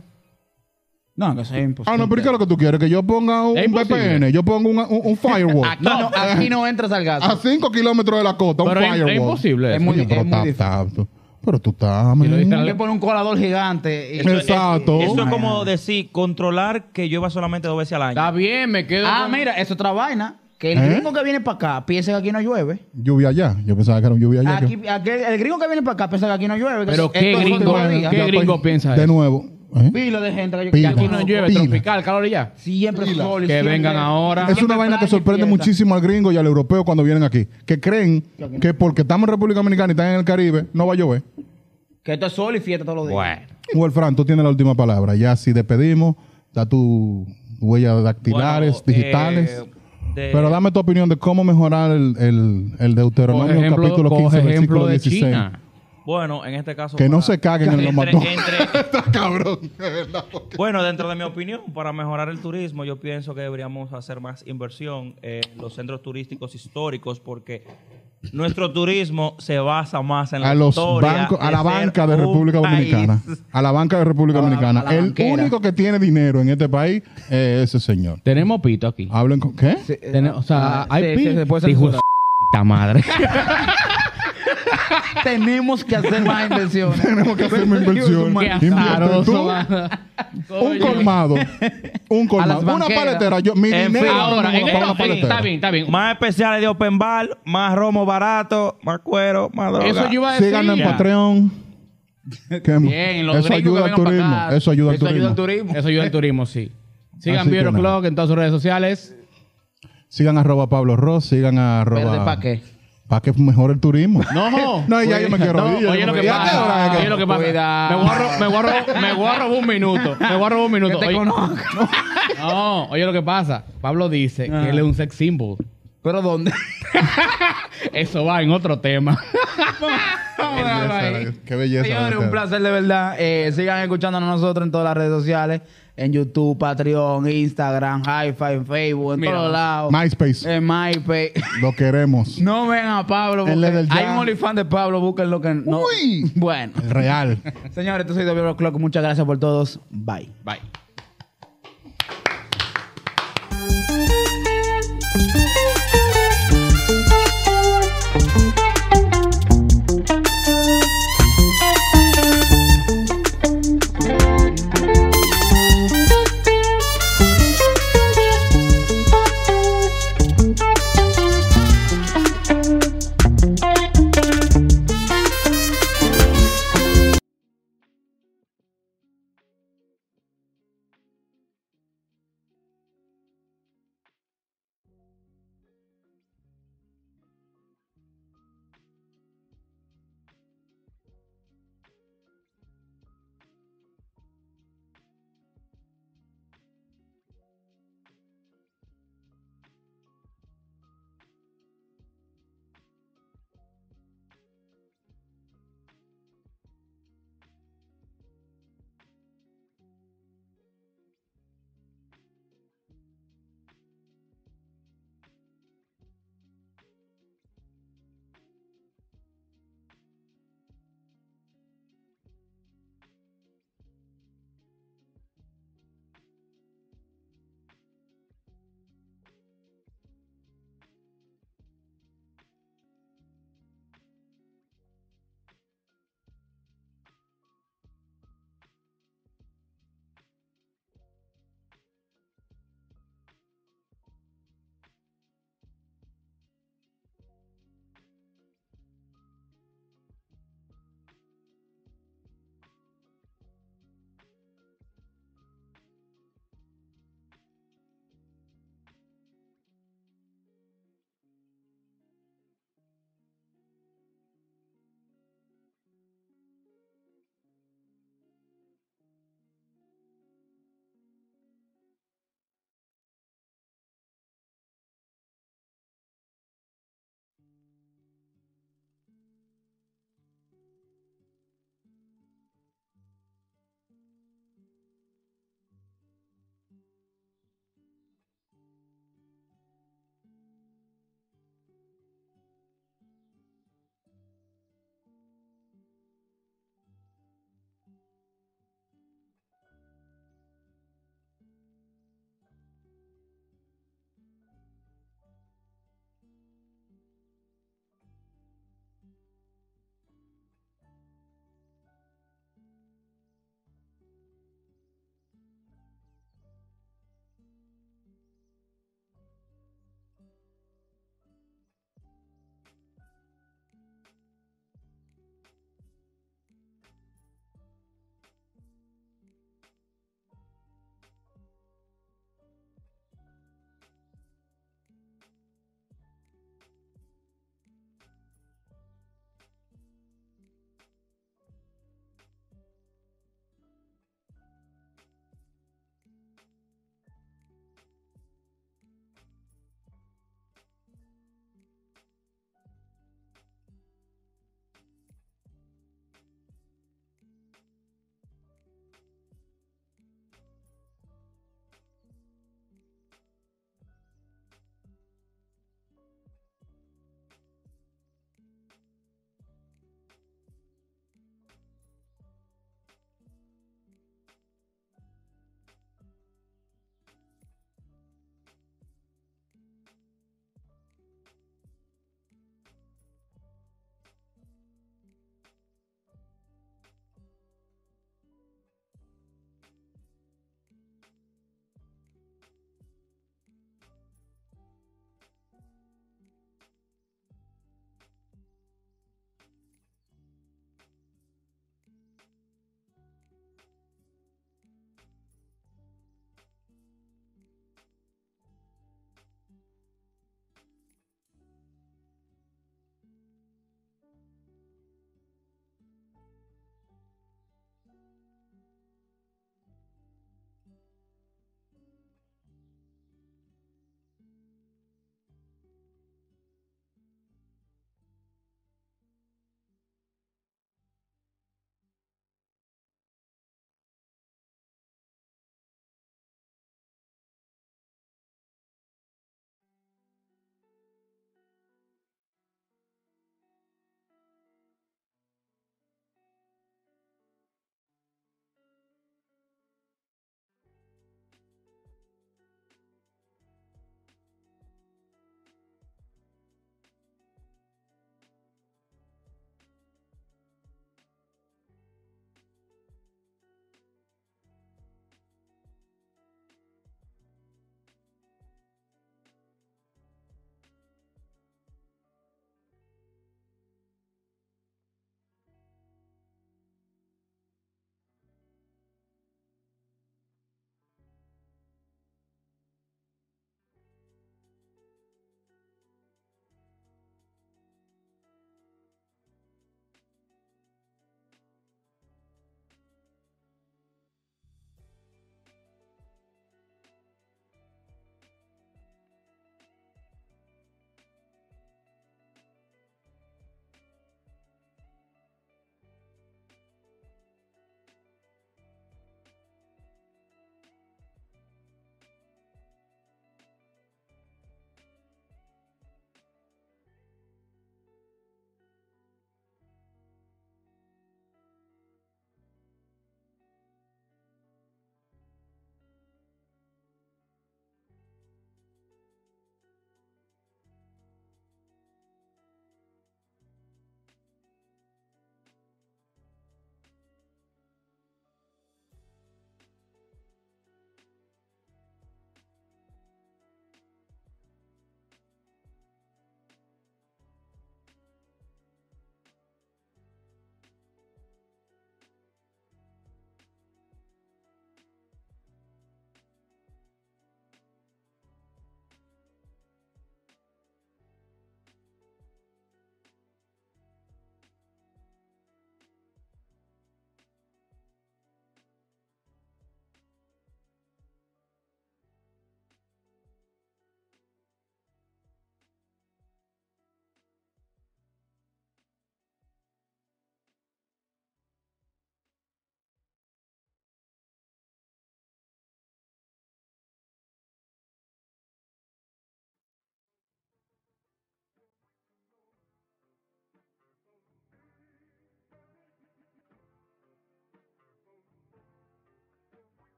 Speaker 4: No, que eso es imposible.
Speaker 2: Ah, no, pero ¿qué es lo que tú quieres? Que yo ponga un
Speaker 1: Es imposible.
Speaker 2: VPN, yo ponga un, un, un firewall.
Speaker 4: Aquí no, aquí no entras al gato.
Speaker 2: a 5 kilómetros de la costa, un
Speaker 1: Pero es- es
Speaker 2: firewall.
Speaker 1: imposible eso.
Speaker 4: Es muy-
Speaker 2: Coño, pero
Speaker 4: es muy
Speaker 2: está-
Speaker 4: difícil.
Speaker 2: está- Pero tú estás, man.
Speaker 1: lo dicen
Speaker 4: Hay que poner un colador gigante. y-
Speaker 5: Eso es-
Speaker 2: Exacto.
Speaker 4: Oh,
Speaker 5: Eso es como decir, controlar que llueva solamente dos veces al año.
Speaker 1: Está bien, me quedo.
Speaker 4: Ah,
Speaker 1: con-
Speaker 4: mira, es otra vaina. Que el
Speaker 2: ¿Eh?
Speaker 4: gringo que viene para acá piensa que aquí no llueve.
Speaker 2: Lluvia allá. Yo pensaba que era un lluvia allá. que-
Speaker 4: Aquí, aquí el- el gringo que viene para acá piensa que aquí no llueve. que
Speaker 1: Pero
Speaker 4: es-
Speaker 1: qué
Speaker 4: esto es
Speaker 1: gringo,
Speaker 4: otro
Speaker 2: Ya
Speaker 4: día.
Speaker 1: ¿qué
Speaker 2: estoy-
Speaker 1: gringo piensa
Speaker 2: De
Speaker 1: eso?
Speaker 2: nuevo. ¿eh?
Speaker 4: Pila de gente que yo-
Speaker 1: que
Speaker 2: Pila.
Speaker 1: aquí no llueve,
Speaker 2: Pila.
Speaker 1: tropical, calor y ya.
Speaker 4: Siempre sol y
Speaker 1: Que
Speaker 4: siempre-
Speaker 1: vengan ahora.
Speaker 2: Es una
Speaker 4: siempre
Speaker 2: vaina que
Speaker 4: playa y
Speaker 2: sorprende
Speaker 4: fiesta.
Speaker 2: muchísimo al gringo y al europeo cuando vienen aquí. Que creen que porque estamos en República Dominicana y están en el Caribe, no va a llover.
Speaker 4: Que esto es sol y fiesta todos los días.
Speaker 2: Wolfram, tú tienes la última palabra. Ya si despedimos, da tus huellas dactilares,
Speaker 5: Bueno,
Speaker 2: digitales.
Speaker 5: eh, de-
Speaker 2: Pero dame tu opinión de cómo mejorar el, el, el Deuteronomio
Speaker 1: Coge ejemplo-
Speaker 2: capítulo
Speaker 1: coge
Speaker 2: 15, versículo
Speaker 1: ejemplo de
Speaker 2: 16.
Speaker 1: China.
Speaker 5: Bueno, en este caso...
Speaker 2: Que no
Speaker 5: para-
Speaker 2: se caguen en los
Speaker 5: Entre-
Speaker 2: matones.
Speaker 5: entre-
Speaker 2: Está cabrón. de verdad, porque-
Speaker 5: Bueno, dentro de mi opinión, para mejorar el turismo, yo pienso que deberíamos hacer más inversión en los centros turísticos históricos porque nuestro turismo se basa más en la
Speaker 2: A los
Speaker 5: historia
Speaker 2: bancos, a
Speaker 5: de
Speaker 2: la
Speaker 5: ser
Speaker 2: banca de
Speaker 5: un
Speaker 2: República
Speaker 5: país.
Speaker 2: Dominicana. A la banca de República
Speaker 4: A la-
Speaker 2: Dominicana.
Speaker 4: a la
Speaker 2: el
Speaker 4: banquera.
Speaker 2: único que tiene dinero en este país es ese señor.
Speaker 1: Tenemos pito aquí.
Speaker 2: Hablen con. ¿Qué?
Speaker 1: Tene- o sea,
Speaker 4: ah,
Speaker 1: hay
Speaker 4: sí,
Speaker 1: pito.
Speaker 4: sí, se puede
Speaker 1: Hijo de
Speaker 4: censurar.
Speaker 1: puta madre.
Speaker 4: Tenemos que hacer más inversiones.
Speaker 2: Tenemos que hacer una inversión.
Speaker 1: Qué
Speaker 2: Invierte tú.
Speaker 1: azaroso.
Speaker 2: Un colmado. Un colmado. Una
Speaker 4: banqueras.
Speaker 2: paletera. Yo, mi
Speaker 5: En
Speaker 2: dinero
Speaker 5: fin.
Speaker 2: ahora
Speaker 1: Ahora,
Speaker 2: mismo
Speaker 1: en
Speaker 2: va para
Speaker 1: esto,
Speaker 2: una
Speaker 1: sí, está
Speaker 2: paletera.
Speaker 1: bien, está bien.
Speaker 5: Más especiales de open bar, más romo barato, más cuero, más droga.
Speaker 1: Eso yo iba a decir.
Speaker 2: Síganos en
Speaker 1: ya.
Speaker 2: Patreon. ¿Qué más?
Speaker 1: Bien, los
Speaker 2: eso
Speaker 1: gringos
Speaker 2: ayuda
Speaker 1: que vengan para
Speaker 2: al turismo.
Speaker 1: acá.
Speaker 2: Eso ayuda al
Speaker 4: Eso ayuda
Speaker 2: turismo.
Speaker 4: al turismo.
Speaker 1: Eso ayuda al turismo, sí. Sigan
Speaker 2: Así que
Speaker 1: Beer
Speaker 2: nada.
Speaker 1: O'Clock en todas sus redes sociales.
Speaker 2: Sigan arroba Pablo Ross. Sigan arroba.
Speaker 4: Verde pa' qué.
Speaker 2: ¿Para qué mejore el turismo?
Speaker 1: No,
Speaker 2: No, ya yo me quiero ir.
Speaker 1: Oye, lo que
Speaker 2: ¿Ya qué hora es
Speaker 1: pasa.
Speaker 2: que-
Speaker 1: Oye, lo que pasa.
Speaker 4: Cuidado.
Speaker 1: Me guarro, me guarro, me guarro un minuto. Me guarro un minuto.
Speaker 4: Que te
Speaker 1: Oye,
Speaker 4: conozco.
Speaker 1: no, oye, lo que pasa. Pablo dice
Speaker 4: Ah.
Speaker 1: que él es un sex symbol.
Speaker 4: Pero ¿dónde?
Speaker 1: Eso va en otro tema.
Speaker 4: Vamos a dejarlo ahí.
Speaker 2: Qué belleza,
Speaker 4: Señores,
Speaker 2: Mateo.
Speaker 4: un placer de verdad. Eh, sigan escuchándonos nosotros en todas las redes sociales. En YouTube, Patreon, Instagram, Hi-Fi, en Facebook, en
Speaker 1: Mira.
Speaker 4: todos lados.
Speaker 2: MySpace.
Speaker 4: En MyPay.
Speaker 1: Eh.
Speaker 2: Lo queremos.
Speaker 4: No ven a Pablo.
Speaker 2: El
Speaker 4: porque
Speaker 2: Level
Speaker 4: Hay
Speaker 2: Jam.
Speaker 4: un OnlyFans de Pablo. Búsquenlo que no.
Speaker 2: Uy.
Speaker 4: Bueno.
Speaker 2: El real.
Speaker 4: Señores, esto soy David Clock. Muchas gracias por todos. Bye.
Speaker 1: Bye.
Speaker 6: Thank you.